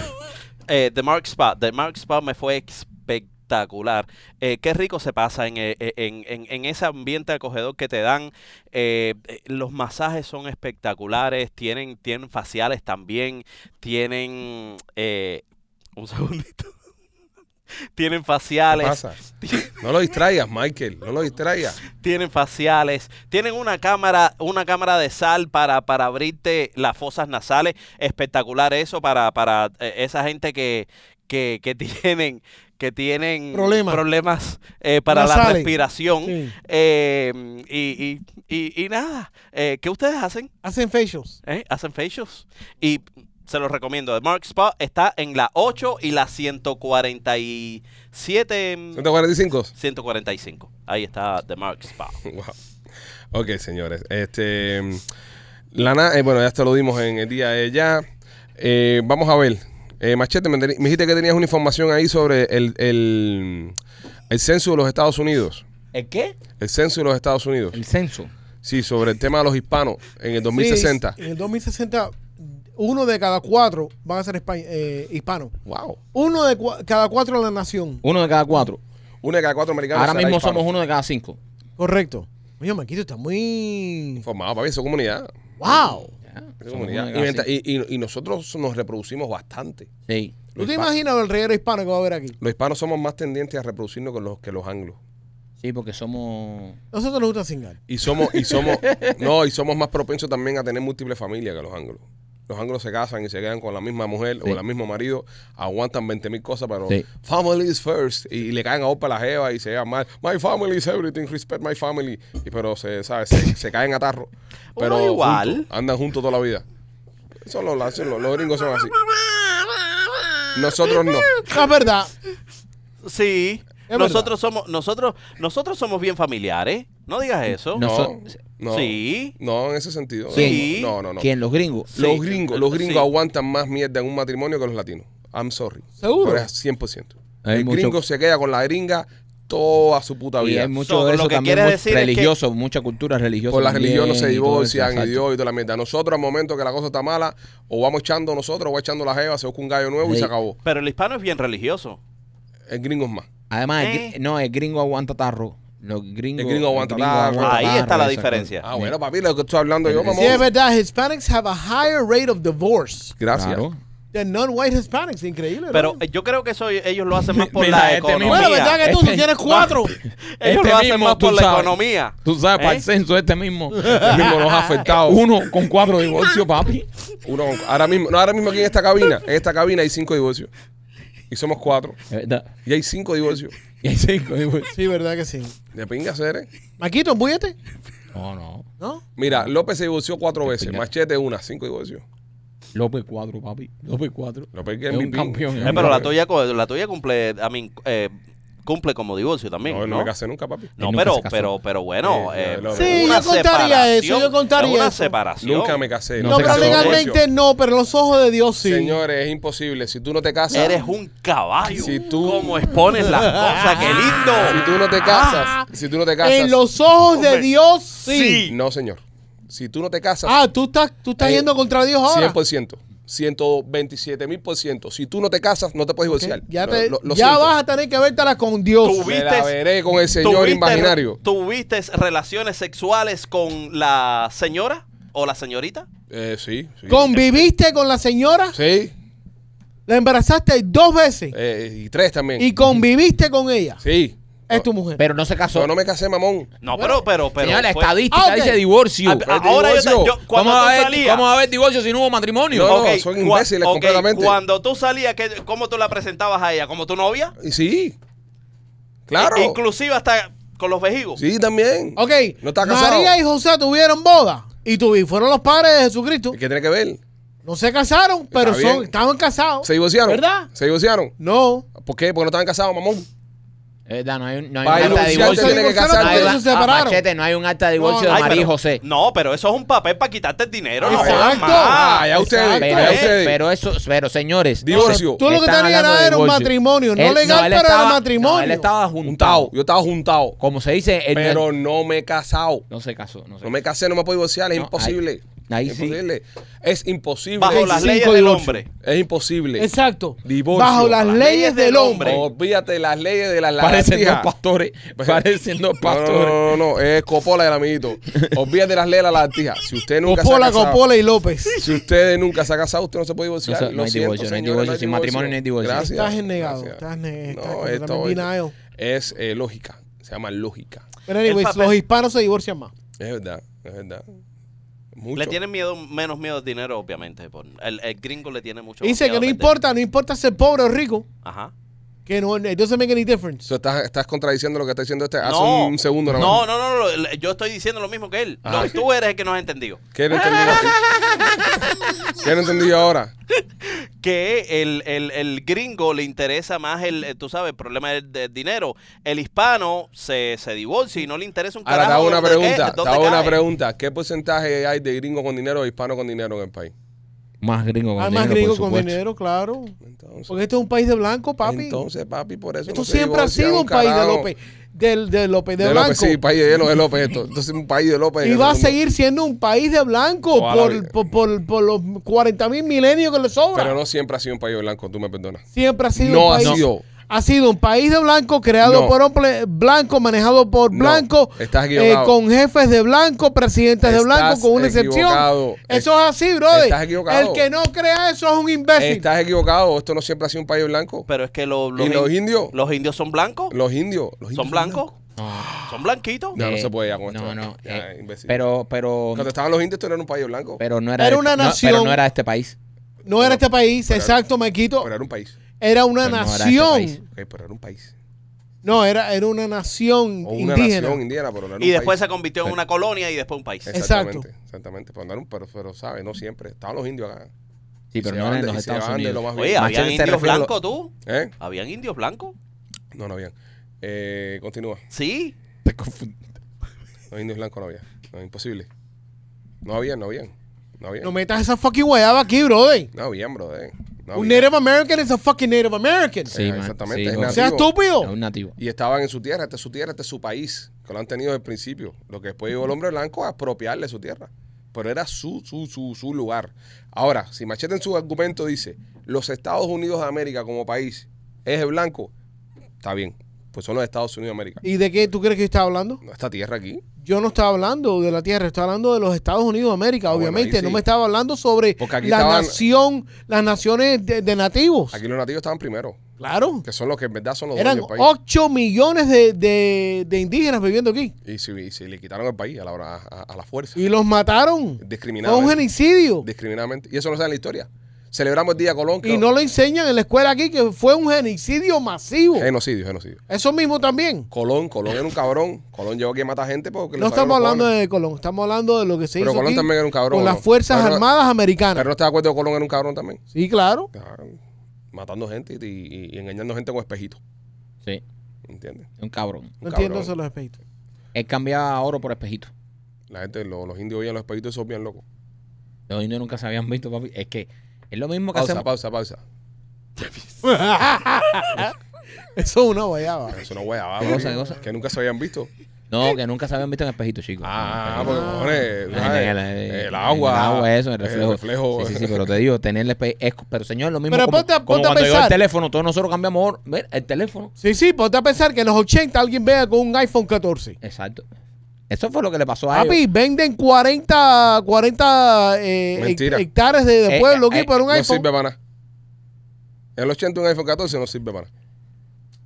Eh, The Mark Spa. The Mark Spa me fue espectacular. Eh, qué rico se pasa en, eh, en- en- en ese ambiente acogedor que te dan. Eh, eh, los masajes son espectaculares. Tienen, tienen faciales también. Tienen. eh, un segundito. tienen ¿Qué faciales. pasa? No lo distraigas, Michael, no lo distraigas. tienen faciales, tienen una cámara, una cámara de sal para, para abrirte las fosas nasales. Espectacular eso para, para eh, esa gente que, que, que tienen, que tienen Problemas. problemas eh, para la Nasales. respiración. Sí. Eh, y, y, y, y nada, eh, ¿qué ustedes hacen? Hacen facials. ¿Eh? ¿Hacen facials? Y se los recomiendo. The Mark Spa está en la 8 y la 147. 145. 145. Ahí está The Mark Spa. Wow. Ok, señores. Este, la na- eh, bueno, ya te lo dimos en el día de ya. Eh, vamos a ver. Eh, Machete, me, teni- me dijiste que tenías una información ahí sobre el, el, el censo de los Estados Unidos. ¿El qué? El censo de los Estados Unidos. El censo. Sí, sobre el tema de los hispanos en el 2060. Sí, en el 2060, uno de cada cuatro van a ser hispa- eh, hispanos. Wow. Uno de cua- cada cuatro de la nación. Uno de cada cuatro. Una de cada cuatro americanos. Ahora será mismo hispano. somos uno de cada cinco. Correcto. Oye, Marquito está muy. Informado, papi, eso es comunidad. ¡Wow! Ya, eso es somos comunidad. uno de Y, cada mientras- cinco. y- y- y nosotros nos reproducimos bastante. Sí. Los ¿Tú te hispanos- imaginas el reguero hispano que va a haber aquí? Los hispanos somos más tendientes a reproducirnos que los, que los anglos. Sí, porque somos... Nosotros nos gusta singar. Y somos, y somos, no, y somos más propensos también a tener múltiples familias que los anglos. Los anglos se casan y se quedan con la misma mujer Sí. o el mismo marido, aguantan 20 mil cosas, pero Sí. family is first. Y, le caen a opa la jeva y se llevan mal. My family is everything, respect my family. Y, pero se, ¿sabes? Se, se caen a tarro. Pero Uno igual. juntos, andan juntos toda la vida. Son los, lazos, los, los gringos son así. Nosotros no. Es verdad. Sí. Es nosotros somos, nosotros, nosotros somos bien familiares. No digas eso. No, Noso- no. Sí. No, en ese sentido. Sí. No, no, no. ¿Quién? ¿Los gringos? Sí. Los eh, gringos, los gringos Sí. aguantan más mierda en un matrimonio que los latinos. I'm sorry. Seguro. Pero es 100%. Hay el mucho- gringo se queda con la gringa toda su puta Y vida. hay mucho So, de lo eso que también quiere mu- decir es que- religioso, mucha cultura religiosa. Por la religión no también se y todo eso, divorcian y exacto. Dios y toda la mierda. Nosotros al momento que la cosa está mala, o vamos echando nosotros, o va echando la jeva, se busca un gallo nuevo y Sí. se acabó. Pero el hispano es bien religioso. El gringo es más. Además, el ¿Eh? gri- no, el gringo aguanta tarro. Los gringos- El gringo aguanta tarro. Ahí está la esa diferencia. cosa. Ah, bueno, papi, lo que estoy hablando yo, mamón. Sí, es verdad. Hispanics have a higher rate of divorce Gracias. Claro. than non-white Hispanics. Increíble. ¿no? Pero eh, yo creo que eso ellos lo hacen más por Mira, la este mismo- economía. Bueno, verdad que tú, tú Este- tienes cuatro. ellos Este lo hacen mismo, más tú por la sabes. economía. Tú sabes, para el ¿Eh? censo este mismo. El gringo nos ha afectado. Uno con cuatro divorcios, papi. Uno, ahora mismo, no, ahora mismo aquí en esta cabina, en esta cabina hay cinco divorcios. Y somos cuatro. Es verdad. Y hay cinco divorcios. Y hay cinco divorcios. Sí, verdad que sí. De pinga ser, ¿eh? Maquito, embúyete. No, no. ¿No? Mira, López se divorció cuatro veces. pinga. Machete una, cinco divorcios. López cuatro, papi. López cuatro. López que Es un MVP. campeón. Eh, pero la tuya, co- la tuya cumple, a mí, eh, cumple como divorcio también. No, No, no, me casé nunca, papi. No, Él nunca pero, se casó. pero, pero bueno, Eh, eh, no, no, es no. Sí, una yo contaría eso, separación, yo contaría es una eso. separación. Nunca me casé. No No, se pero casó. legalmente no, pero los ojos de Dios sí. Señores, es imposible. Si tú no te casas. Eres un caballo. Si tú- Ah, Cómo expones las cosas, qué Si lindo. tú no te casas. Si tú no te casas. Ah. en los ojos de Hombre. Dios sí. Sí. No, señor. Si tú no te casas. Ah, tú estás, tú estás Eh, yendo contra Dios ahora. 100%. 127 mil por ciento. Si tú no te casas, no te puedes divorciar. Ya, Lo- te- lo- lo ya siento. vas a tener que vértela con Dios. Tú Me la Vistes- veré con el señor ¿Tuviste- imaginario. ¿Tuviste relaciones sexuales con la señora o la señorita? Eh, sí, sí. Conviviste con la señora, Sí. la embarazaste dos veces Eh, y tres también. y conviviste con ella. Sí. es tu mujer. Pero no se casó. Yo no me casé, mamón. No, pero, pero, pero. Señora, la fue- estadística Ah, ok. dice divorcio. Ah, ah, ahora yo, te- divorcio. yo- cuando vamos, tú a ver, salías. vamos a ver divorcio si no hubo matrimonio. No, Ok, son cua- imbéciles ok, completamente. Cuando tú salías, ¿qué- ¿cómo tú la presentabas a ella? ¿Como tu novia? Y sí. Claro. E- Eh, inclusive hasta con los vejigos. sí, también. Ok, No está casado. María y José tuvieron boda y tuvi- fueron los padres de Jesucristo. ¿Qué tiene que ver? No se casaron, pero Está son, bien. estaban casados. ¿Se divorciaron? ¿Verdad? ¿Se divorciaron? No. ¿Por qué? Porque no estaban casados, mamón. Eh, da, no hay, un- no hay Para un acta de divorciarte divorcio. tiene que no, hay, casarte. un- Se ah, separaron. machete, no hay un acta de divorcio No, de Ay, María y pero- José. No, pero eso es un papel para quitarte el dinero. no Exacto. jodas más. Ah, ya ustedes. Pero, allá eh, ustedes. pero eso, pero señores, Divorcio. Tú lo que Están tenías hablando de era un divorcio. matrimonio, no él- legal, él pero era estaba- matrimonio. no, él estaba juntado. Juntado. Yo estaba juntado. Como se dice, él no- Pero no me he casado. no se casó. No se No me casé, no me puedo divorciar. Es No, imposible. ahí- ahí es sí. imposible. Es imposible. Bajo las leyes 25 del divorcio. hombre. Es imposible. Exacto. Divorcio. Bajo las, leyes, del hombre. Olvídate las leyes de las Parecen lagartijas. dos pastores. Parecen dos pastores. No, no, no, no, es Copola el amiguito. Olvídate las leyes de la lagartija. Si usted nunca Coppola, se ha casado, Coppola y López. si usted nunca se ha casado, usted no se puede divorciar. No se- no Lo hay siento, divorcio, no hay señores, divorcio, sin matrimonio no hay divorcio. Gracias. Estás en negado, gracias. estás ne- estás no, completamente esto denial. es eh, lógica. Se llama lógica. Pero anyways, papel. los hispanos se divorcian más. Es verdad, es verdad. Mucho. Le tienen miedo, menos miedo al dinero, obviamente. por- el, el gringo le tiene mucho Dice más que miedo no a perder. importa, no importa ser pobre o rico, Ajá. que no, it doesn't make any difference. So, estás, estás contradiciendo lo que está diciendo este hace No. un segundo. nada No, más. no, no, no, lo- Yo estoy diciendo lo mismo que él. Ah. No, tú eres el que no has entendido. ¿Qué no entendí? ¿Qué no entendí ahora? que el, el- el gringo le interesa más el, eh, tú sabes, el problema del, del dinero. El hispano se, se divorcia y no le interesa un carajo. Ahora te hago una dónde cae- pregunta. Te dónde hago una cae. pregunta. ¿Qué porcentaje hay de gringos con dinero o hispanos con dinero en el país? Más gringo con Hay Ah, más dinero, gringo por con supuesto. dinero, claro. Entonces, Porque este es un país de blanco, papi. entonces papi, por eso. Esto no se siempre ha divorcia sido un país de carajo. López. Del, de López, de, De blanco. López, sí, país lleno de López. Esto. Entonces, un país de López. y en va a el mundo. seguir siendo un país de blanco Toda la por, vida. por, por, por los 40 mil milenios que le sobra. Pero no siempre ha sido un país blanco, tú me perdonas. Siempre ha sido No un ha país. sido. Ha sido un país de blanco creado No. por hombres blancos, manejado por No, blancos, eh, estás equivocado. con jefes de blanco, presidentes de Estás blanco, con una equivocado. excepción. Eso es así, brother. Estás equivocado. El que no crea eso es un imbécil. Estás equivocado. Esto no siempre ha sido un país blanco. Pero es que lo- ¿Y los in- indios? Los indios son blancos. Los indios. Los indios son blancos. Son blanquitos. No, no Eh, se puede ya con esto. No, no. Ya, eh, imbécil. pero, pero, Cuando estaban los indios, esto no era un país blanco. pero no era. Era de- una no, nación. pero no era de este país. no era este país, Pero- exacto, Maquito. Pero era un país. Era una Pero no era este nación. país. Ok, pero era un país. No, era, era una nación O una indígena. nación indígena, pero no era un Y después país. se convirtió en una colonia y después un país. Eh. Exactamente, exactamente. Pero, no era un- pero, pero, ¿sabes? No siempre. Estaban los indios acá. Sí, pero Se no van era en de- los y se Estados van de Unidos. lo más Oye, bien. Machete ¿habían se indios refiere a lo- blancos tú? ¿Eh? ¿Habían indios blancos? No, no habían. Eh, continúa. Sí. Los indios blancos no había. No, imposible. No habían, no habían. No habían. No metas esa fucking guayaba aquí, brother. No habían, brother. No Un habían. Native American es a fucking Native American. Sí, man, exactamente, sí, es no, nativo. sea estúpido. era un nativo. Y estaban en su tierra, esta es su tierra, este es su país, que lo han tenido desde el principio. Lo que después llegó el hombre blanco a apropiarle su tierra. Pero era su, su, su, su lugar. Ahora, si Machete en su argumento dice, los Estados Unidos de América como país es el blanco, está bien, pues son los Estados Unidos de América. ¿Y de qué tú crees que yo estaba hablando? No, Esta tierra aquí. Yo no estaba hablando de la Tierra, estaba hablando de los Estados Unidos de América, Ah, bueno, obviamente. ahí sí. No me estaba hablando sobre Porque aquí la estaban- nación, las naciones de, de nativos. Aquí los nativos estaban primero, claro. que son los que en verdad son los Eran dueños del país. 8 millones de, de- de indígenas viviendo aquí. Y si, y si le quitaron el país a la, hora- a, a la fuerza. Y los mataron. Fue un Discriminadamente. genocidio. Discriminadamente. Y eso no sabe en la historia. Celebramos el Día de Colón. Y creo. no lo enseñan en la escuela aquí, que fue un genocidio masivo. Genocidio, genocidio. Eso mismo también. Colón, Colón era un cabrón. Colón llegó aquí a matar gente porque le No salieron estamos los hablando cojones. de Colón, estamos hablando de lo que se Pero hizo Colón aquí también era un cabrón. con ¿no? las Fuerzas Pero no- Armadas Americanas. Pero no estás de acuerdo que Colón era un cabrón también. sí, claro. Ah, matando gente y, y- y engañando gente con espejitos. Sí, ¿Entiendes? un cabrón. Un No entiendo cabrón. eso de los espejitos. Él cambiaba oro por espejito. La gente, lo- los indios veían los espejitos y son bien locos. Los indios nunca se habían visto, papi. Es que es lo mismo que Pausa, hacemos. pausa, pausa. Eso es una guayaba. Es una wea, va, ¿Qué papi, cosa, qué cosa? Que nunca se habían visto. No, que nunca se habían visto en espejito, chicos. Ah, En porque espejito. cojones, Ah, ¿sabes? en el, el- en agua. El agua, eso, el reflejo. El reflejo. Sí, sí, sí, pero te digo, tener el espe- es- Pero señor, lo mismo Pero como, ponte a- como ponte a cuando llegó el pensar. teléfono, todos nosotros cambiamos oro. Ver, el teléfono. Sí, sí, ponte a pensar que en los 80 alguien vea con un iPhone 14. Exacto. Eso fue lo que le pasó a ellos. Papi, venden 40, 40 eh, Mentira. hec- hectáreas de, de Eh, pueblo eh, aquí para un no iPhone. sirve para nada. En el 80 un iPhone 14 no sirve para nada.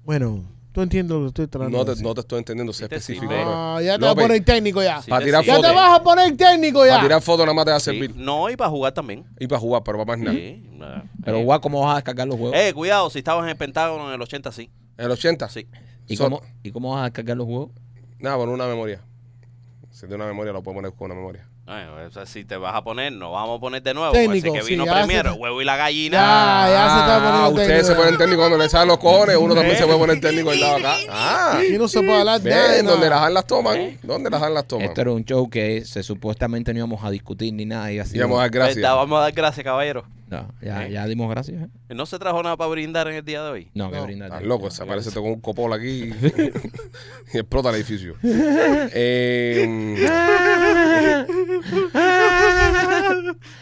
Bueno, ¿Tú entiendes lo que estoy tratando No de te, decir? no te estoy entendiendo, sé Sí, te específico. sirve. bro. Ah, ya te vas a López, poner técnico Ah, ya. Sí Para te tirar ya foto. te vas a poner técnico ya. Para tirar fotos nada más te va a Sí, servir. No, y para jugar también. Y para jugar, pero para más nada. Sí, nah. Pero Eh, guau, ¿cómo vas a descargar los juegos? eh, cuidado, si estabas en el Pentágono en el 80, sí. En el 80. Sí. ¿Y, so- cómo, ¿Y cómo vas a descargar los juegos? Nada, con una memoria. Si tiene una memoria, lo puedo poner con una memoria. Eh, o sea, si te vas a poner, no vamos a poner de nuevo. Técnico, ese que sí, vino ya primero, se- huevo y la gallina. Ya, ya se está Ah, poniendo ustedes técnico. se ponen técnico cuando les salen los cojones. Uno también se puede poner técnico al lado acá. Ah, Aquí no se puede hablar de ven, nada. donde las alas ¿Eh? toman. Donde las alas toman. Esto era un show que se supuestamente no íbamos a discutir ni nada. Y así. Y vamos a dar Verdad, gracias. Pues, Vamos a dar gracias, caballero. No, ya, ¿Eh? ya dimos gracias. ¿eh? No se trajo nada para brindar en el día de hoy. No, que No. brindar. Estás loco, desaparece con un copol aquí y explota el edificio. Eh,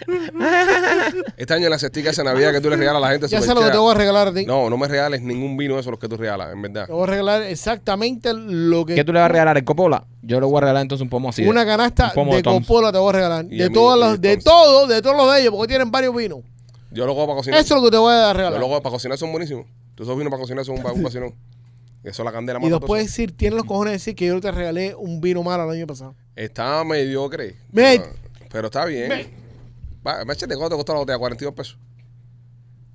mm. este año en la cestica esa Navidad que tú le regalas a la gente. Ya sé superchea. lo que te voy a regalar a ti. No, no me regales ningún vino de esos los que tú regalas, en verdad. Te voy a regalar exactamente lo que. ¿Qué tú le vas a regalar? ¿El Copola? Yo le voy a regalar entonces un pomo así. de- una canasta un pomo de de Tom's. copola te voy a regalar. Y De a mí, todos y de los, de Tom's. todos, de todos los de ellos, porque tienen varios vinos. Yo lo hago para Eso cocinar. es lo que te voy a Yo lo regalar. hago para cocinar, son buenísimos. Tú esos vinos para cocinar son un, pa- un vacilón. Eso es la candela Y mata después todo decir, tienes los cojones de decir que yo te regalé un vino malo el año pasado. eso. Está mediocre. Med- Pero, pero está bien. Va, Machete, ¿cuánto te costó la botella? 42 pesos.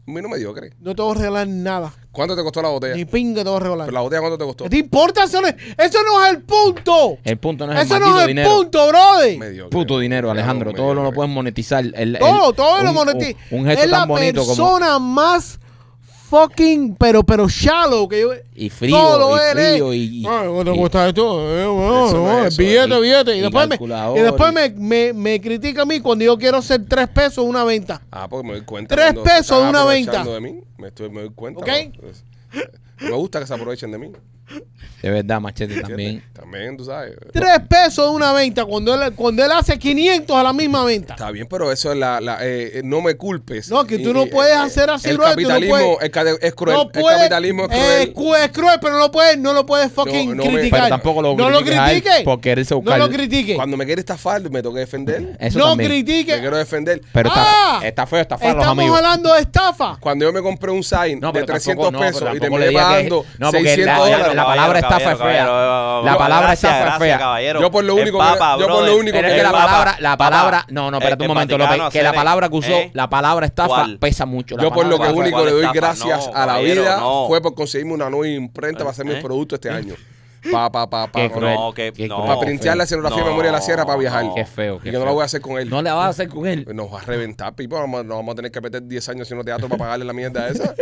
Un vino mediocre. No te voy a regalar nada. ¿Cuánto te costó la botella? Ni pinga te voy a Pero regalar. la botella cuánto te costó? ¿Qué ¿Te importa? Eso no, eso no es el punto. El punto Eh, no es Eso el no maldito es el dinero. punto, brother. Mediocre. Puto dinero, Claro, Alejandro. Todo no lo mediocre. puedes monetizar. El- el- Todo, todo lo un- monetiza. Un, un gesto es la tan bonito como. persona más fucking, pero, pero shallow que yo. Y frío, Todo lo y eres. frío, y- y- Ay, ¿cuánto cuesta esto? Eh, bueno, Eso no es bueno, eso, billete, y- billete. Y, y después, me, calculador, y después y- me, me- me critica a mí cuando yo quiero hacer tres pesos una venta. Ah, porque me doy cuenta. Tres cuando se pesos están una aprovechando venta. de mí. Me, estoy, me doy cuenta. ¿Ok? ¿no? Es- no me gusta que se aprovechen de mí. ¿entiendes? De verdad, machete también. También, tú sabes. Tres pesos una venta cuando él, cuando él hace 500 a la misma venta. Está bien, pero eso es la. la eh, eh, no me culpes. No, que tú Y- no y- puedes eh, hacer así, El brother, tú no capitalismo puedes. es, cade- es cruel. No puede- el capitalismo es cruel. eh, cu- es cruel, pero no, puede, no lo puedes fucking No, no me- criticar. Pero tampoco lo no lo critiques a él critiques. por quererse No buscar- lo critiques. Cuando me quiere estafar, me tengo que defender. Eso No también. Me critiques. quiero defender. Pero está, ¡Ah! está feo estafar a los Estamos amigos. hablando de estafa. Cuando yo me compré un sign No, de pero 300 tampoco, no, pero pesos y tampoco terminé le diga que- pagando no, porque 600 la- dólares. la- palabra estafa es fea. La palabra estafa es fea. Yo por lo único que- yo por lo único Pero es El que la Papa, palabra, la palabra, no, no, espérate un momento, López, que la palabra que usó, la palabra estafa ¿eh? ¿Cuál? pesa mucho. la Yo por lo que palabra- ¿Cuál- cuál único le doy estafa? gracias No, a la caballero, vida no. fue por conseguirme una nueva imprenta para hacer mis ¿Eh? productos este año. Pa, pa, pa, pa. Qué con- cruel. No, que- qué no. cruel. Para printear la Qué escenografía de No, memoria de la sierra para viajar. no. Qué feo, qué Y que no la feo. voy a hacer con él. No la vas a hacer con él. Pues Nos va a reventar, Pipo. Vamos, nos vamos a tener que meter 10 años haciendo teatro para pagarle la mierda esa.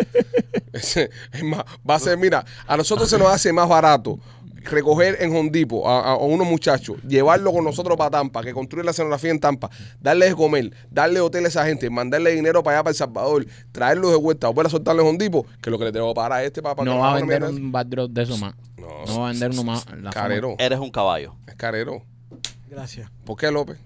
Ese- es más, va a ser, mira, a nosotros se nos hace más barato recoger en Hondipo a, a- a unos muchachos, llevarlo con nosotros para Tampa, que construye la escenografía en Tampa, darles de comer, darle hotel a esa gente, mandarle dinero para allá, para El Salvador, traerlos de vuelta, volver a soltarles Hondipo, que lo que le tengo que pagar a este para para No que va a haga una vender mierda un backdrop de eso más. No. No, va a vender uno más. La esa. fama- Carero, Eres un caballo. es carero. Gracias. ¿Por qué, López?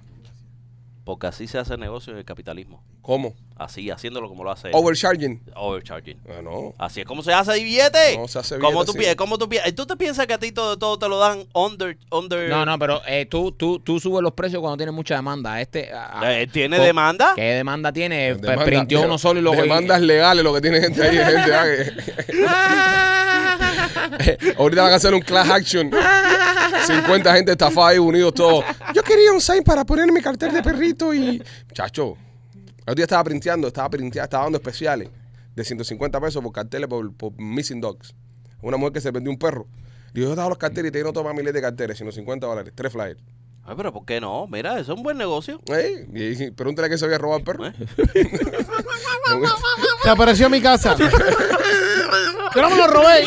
Porque así se hace negocio en el capitalismo. ¿Cómo? Así, haciéndolo como lo hace. él. Overcharging. Overcharging. Ah, no. Así es como se hace billete. No se hace ¿Cómo billete tú, así. piensas? ¿Cómo tú piensas? ¿Tú te piensas que a ti todo, todo te lo dan under. under No, no, pero eh, tú, tú, tú subes los precios cuando tienes mucha demanda. Este a- Eh, ¿Tiene con- demanda? ¿Qué demanda tiene? Pues Eh, Demanda- Printió uno solo y lo Demandas legales lo que tiene gente ahí. gente, ah, que- Ahorita van a hacer un class action. 50 gente estafada ahí unidos todos. Yo quería un sign para poner mi cartel de perrito y... Chacho, el otro día estaba printeando, estaba printeando, estaba dando especiales de 150 pesos por carteles por, por Missing Dogs. Una mujer que se vendió un perro. Dijo, yo daba los carteles y te no toma miles de carteles, sino 50 dólares, tres flyers. Ay, pero ¿por qué no? Mira, eso es un buen negocio. Ey, y- y pregúntale que se había robado el perro. Se apareció en mi casa. Yo no me lo robé.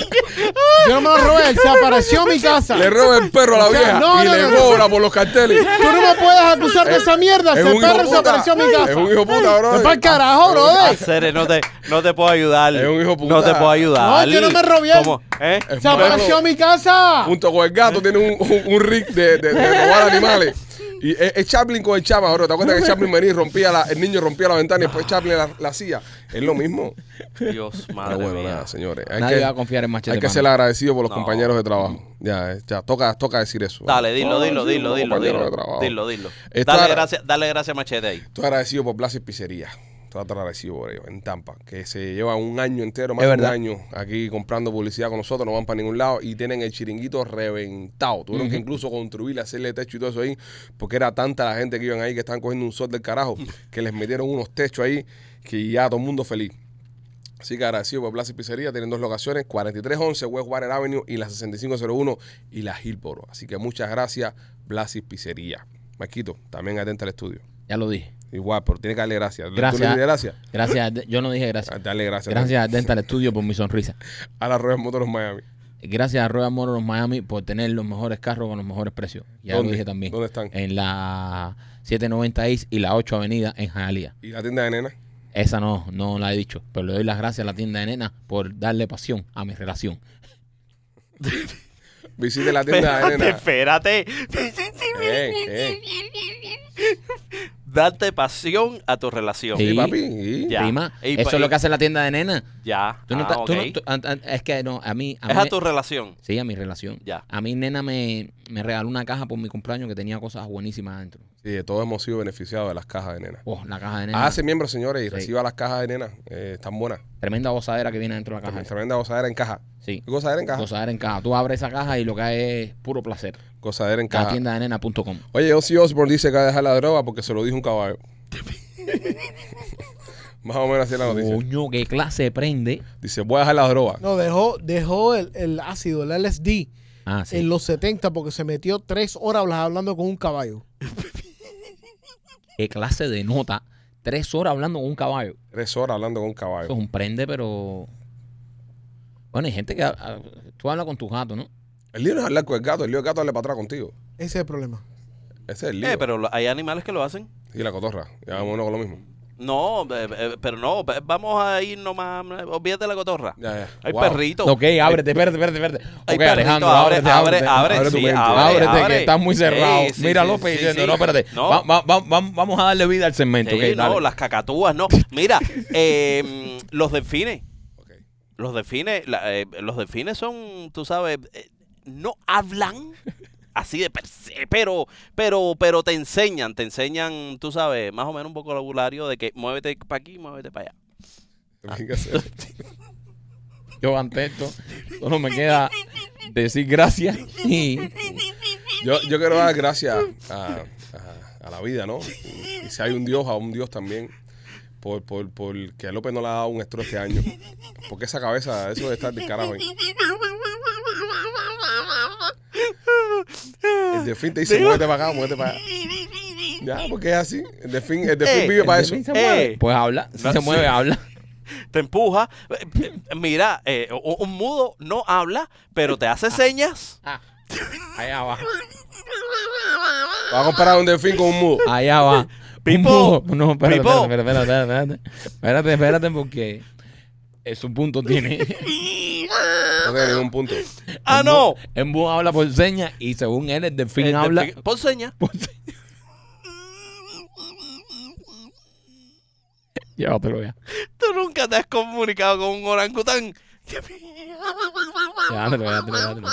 Yo no me lo robé. Se apareció en mi casa. Le roba el perro a la O sea, vieja no, y no, le no. cobra por los carteles. Tú no me puedes acusar de Es- esa mierda. es Ese un hijo perro se puta. apareció en mi casa. Es un hijo puta, brother. Ven pa'l carajo, Ah, brother. Cere, no te, no te puedo ayudar. Es un hijo puta. No te puedo ayudar. No, yo no me robé. ¿Cómo? ¿Eh? Es Se apareció malo. en mi casa. Junto con el gato tiene un, un, un rig de, de- de robar animales. Y es, es Chaplin con el chama, bro. ¿Te acuerdas que Chaplin venía y rompía la, el niño rompía la ventana y después Chaplin la, la hacía? Es lo mismo. Dios, madre Pero bueno, mía. nada, señores. Hay Nadie que, va a confiar en Machete. hay que pana. ser agradecido por los No. compañeros de trabajo. Ya, eh, ya, toca, toca decir eso. Dale, dilo, pues. No, dilo, sí, dilo, los dilo, compañeros dilo. de trabajo. Dilo, dilo. Está- Dale gracias, dale gracias, machete ahí. Estoy agradecido por Blas y Pizzería. Trato agradecido por ellos, en Tampa, que se llevan un año entero, más Es de un verdad. año, aquí comprando publicidad con nosotros, no van para ningún lado y tienen el chiringuito reventado. Tuvieron que incluso construir, hacerle techo y todo eso ahí, porque era tanta la gente que iban ahí que estaban cogiendo un sol del carajo, que les metieron unos techos ahí, que ya todo el mundo feliz. Así que agradecido por Plaza y Pizzería. Tienen dos locaciones, 4311 West Water Avenue y la 6501 y la Hillboro. Así que muchas gracias, Plaza y Pizzería. Maquito, también atenta al estudio. Ya lo dije. Igual, pero tiene que darle gracias. ¿Tú le Gracias. dices gracias? Gracias. Yo no dije Ah, gracias. Dale gracias. Gracias a Dental Studio por mi sonrisa. A la Royal Motors Miami. Gracias a Royal Motors Miami por tener los mejores carros con los mejores precios. Ya ¿Dónde? lo dije también. ¿Dónde están? En la 790 East y la 8 Avenida en Jalía. Y la tienda de nena. Esa no, no la he dicho. Pero le doy las gracias a la tienda de nena por darle pasión a mi relación. Visite la tienda de Espérate, nena. espérate. Eh, eh. Date pasión a tu relación. Sí, Sí. papi. sí. Ya. Prima, Y pa- eso es lo y- que hace la tienda de nena. Ya. Tú no ah, ta- tú no- ok. tú- an- an- es que no, a mí... a Es mí a me- tu relación. Sí, a mi relación. Ya. A mí nena me, me regaló una caja por mi cumpleaños que tenía cosas buenísimas adentro. Sí, todos hemos sido beneficiados de las cajas de nena. Oh, la caja de nena. Hágase miembro, señores, y Sí. reciba las cajas de nena. Eh, están buenas. Tremenda gozadera que viene adentro de la caja. Tremenda gozadera en caja. Sí. Gozadera en caja. Gozadera en caja. Tú abres esa caja y lo que hay es puro placer. Gozadera en La caja. tienda de nena.com. Oye, Ozzy Osbourne dice que va a dejar la droga porque se lo dijo un caballo. Más o menos así es la noticia. Coño, qué clase prende. Dice, voy a dejar la droga. No, dejó, dejó el, el ácido, el LSD, Ah, sí. en los 70 porque se metió tres horas hablando con un caballo. Qué clase de nota. Tres horas hablando con un caballo. Tres horas hablando con un Eso caballo. es un prende, pero. Bueno, hay gente que. ha- ha- Tú hablas con tus gatos, ¿no? El lío no es hablar con el gato, el lío es el gato darle para atrás contigo. Ese es el problema. Ese es el lío. Eh, pero lo- hay animales que lo hacen. Y la cotorra. Ya vamos uno con lo mismo. No, eh, eh, pero no. eh, Vamos a ir nomás. eh, Olvídate de la cotorra. Ya, ya. Hay Wow. perritos. Ok, ábrete, espérate, espérate, espérate. Hay Ok, perritos, Alejandro, abre, ábrete, abre, ábrete. abre, Abre tu sí, mente. abre, Ábrete, abre. que estás muy cerrado. Sí, sí, Mira sí, López sí, diciendo, sí. no, espérate. No. Va- va- va- va- vamos a darle vida al segmento. Sí, ok, dale. no, las cacatúas, no. Mira, eh, los delfines. Ok. Los delfines, la- eh, los delfines son, tú sabes, eh, no hablan así de per se, pero, pero, pero te enseñan, te enseñan, tú sabes, más o menos un vocabulario de que muévete para aquí, muévete para allá. Yo ante esto, solo me queda decir gracias y Yo, yo quiero dar gracias a, a- a la vida, ¿no? Y, y si hay un Dios, a un Dios también. Por, por, por que a López no le ha dado un estro este año. Porque esa cabeza, eso de estar de carajo ahí. El delfín te dice, muévete para acá, muévete para allá. Ya, porque es así. El delfín, el delfín Eh, vive el para ¿El eso. delfín se mueve? Eh. Pues habla, si No, se sí. mueve, habla. Te empuja. Eh, eh, Mira, eh, un, un mudo no habla, pero te hace señas. Ah, allá va, Va a comparar un delfín con un mudo. allá va. Pipo, Un mudo- No, espérate, Pipo. espérate, espérate, espérate, espérate, espérate, espérate, porque eh, su punto tiene. No tiene ningún punto. ¡Ah, no! En Bú habla por señas y según él, el delfín El habla. delfín- eh, Pon señas. por señas. Llévatelo ya. Tú nunca te has comunicado con un orangután. Llévatelo, llévatelo, llévatelo.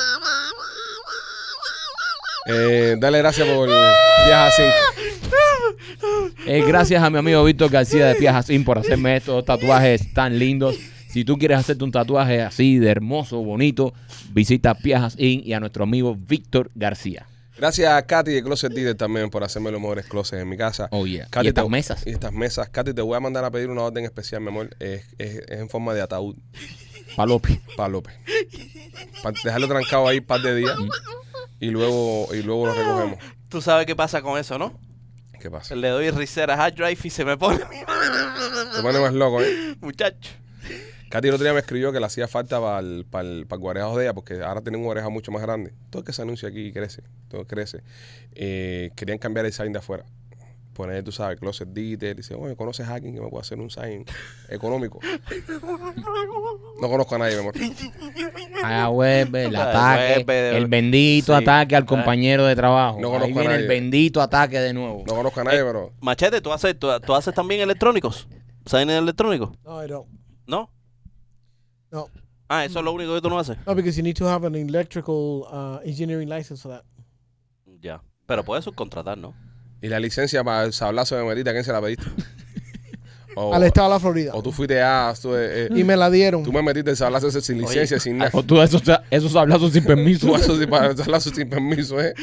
Eh, dale gracias por Viaja 5. Eh, gracias a mi amigo Víctor García de Piajas Sin por hacerme estos tatuajes tan lindos. Si tú quieres hacerte un tatuaje así de hermoso, bonito, visita Piajas In y a nuestro amigo Víctor García. Gracias a Katy de Closet Dealer también por hacerme los mejores closets en mi casa. Oh, yeah. Katy, Y estas te- mesas. Y estas mesas. Katy, te voy a mandar a pedir una orden especial, mi amor. Es, es- es en forma de ataúd Palopi. para López. Para dejarlo trancado ahí un par de días. Y luego, y luego lo recogemos. Tú sabes qué pasa con eso, ¿no? ¿Qué pasa? Le doy reset a hard drive y se me pone. Te pone más loco, ¿eh? Muchacho. Katy el otro día me escribió que le hacía falta para el, para el, para el guarejazo de ella, porque ahora tienen un guarejazo mucho más grande. Todo el que se anuncia aquí crece, todo crece. Eh, querían cambiar el sign de afuera. Poner, tú sabes, closet detail. Dice, oye, ¿conoces a alguien que me pueda hacer un sign económico? No conozco a nadie, mi amor. Ah, vuelve el ataque. Vuelve. El bendito Sí. ataque al compañero de trabajo. Eh, No Ahí conozco a viene el nadie. bendito ataque de nuevo. No conozco a nadie, pero Machete, ¿tú haces, tú, tú haces también electrónicos? ¿Saben electrónicos? No, I don't. ¿No? No. Ah, eso es lo único que tú no haces. No, because you need to have an electrical uh, engineering license for that. Ya. Pero puedes subcontratar, ¿no? ¿y la licencia para el sablazo de Merita? ¿Quién se la pediste? O, al estado de la Florida. o tú fuiste a. Tú, eh, eh, Y me la dieron. Oh. tú me metiste el sablazo ese sin Oye. licencia, sin nada. O tú esos, esos hablazos sin permiso. Tú haces para el sablazo sin permiso, ¿eh?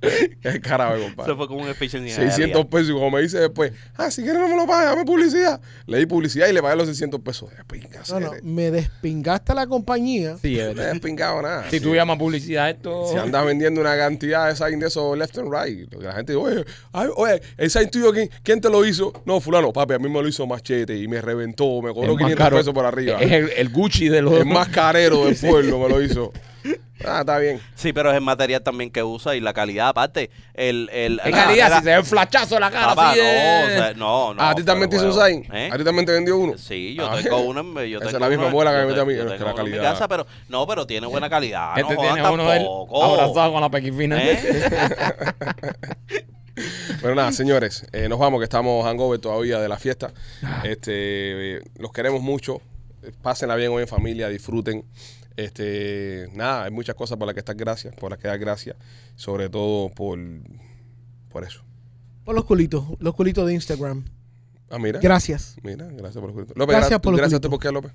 Qué carajo, Se compadre. fue como un efficiency. en el 600 área. pesos. Y como me dice después, ah, si quieres no me lo pagas, dame publicidad. Le di publicidad y le pagué los 600 pesos. Eh, pinga, No, no, se- me despingaste la compañía. Sí, es No te verdad. has pingado nada. Si tú llamas publicidad esto... Si andas vendiendo una cantidad de sign de esos left and right, la gente dice, oye, ay, oye, el sign tuyo, ¿quién, quién te lo hizo? No, fulano, papi, a mí me lo hizo Machete y me reventó, me cobró es más 500 caro. e-, pesos por arriba. El, Es el, el Gucci de los... más carero del pueblo me lo hizo. Ah, está bien. Sí, pero es el material también que usa y la calidad. Aparte, el. el En la calidad, manera- si se ve el flachazo de la cara Papá, así no, de- o sea, no, no. ah, a ti también te pero hizo un bueno, sign. ¿eh? A ti también te vendió uno. Sí, yo Ah, tengo uno en mi- yo Esa tengo es la misma uno en- bola que me yo metió a mí, te- es yo que la tengo uno en mi calidad. casa, pero, no, pero tiene buena calidad. Este ah, no tiene jodan uno de él tampoco. abrazado con la pequifina. ¿Eh? Bueno, nada, señores, eh, nos vamos, que estamos hangover todavía de la fiesta. Ah. Este, eh, los queremos mucho. eh, Pásenla bien hoy en familia, disfruten. Este, nada, hay muchas cosas por las que estar gracias, por las que dar gracias, sobre todo por, por eso. Por los culitos, los culitos de Instagram. Ah, mira. Gracias. Mira, gracias por los culitos. López, Gracias gracias por los Gracias a ti, ¿por culitos. qué, López?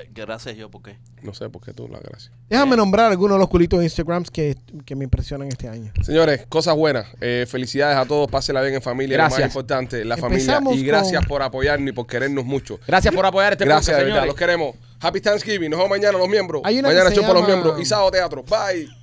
Eh, Gracias, yo, porque. No sé, por qué tú, la gracia. Déjame nombrar algunos de los culitos de Instagram que, que me impresionan este año. Señores, cosas buenas. Eh, felicidades a todos. Pásenla bien en familia. Gracias. Lo Gracias. más importante, la Empezamos familia. Y gracias con- por apoyarnos y por querernos mucho. Gracias por apoyar este Gracias, podcast, de verdad, señores. los queremos. Happy Thanksgiving. Nos vemos mañana los miembros. Hay una que Mañana se show para los llama- miembros. Y sábado teatro. Bye.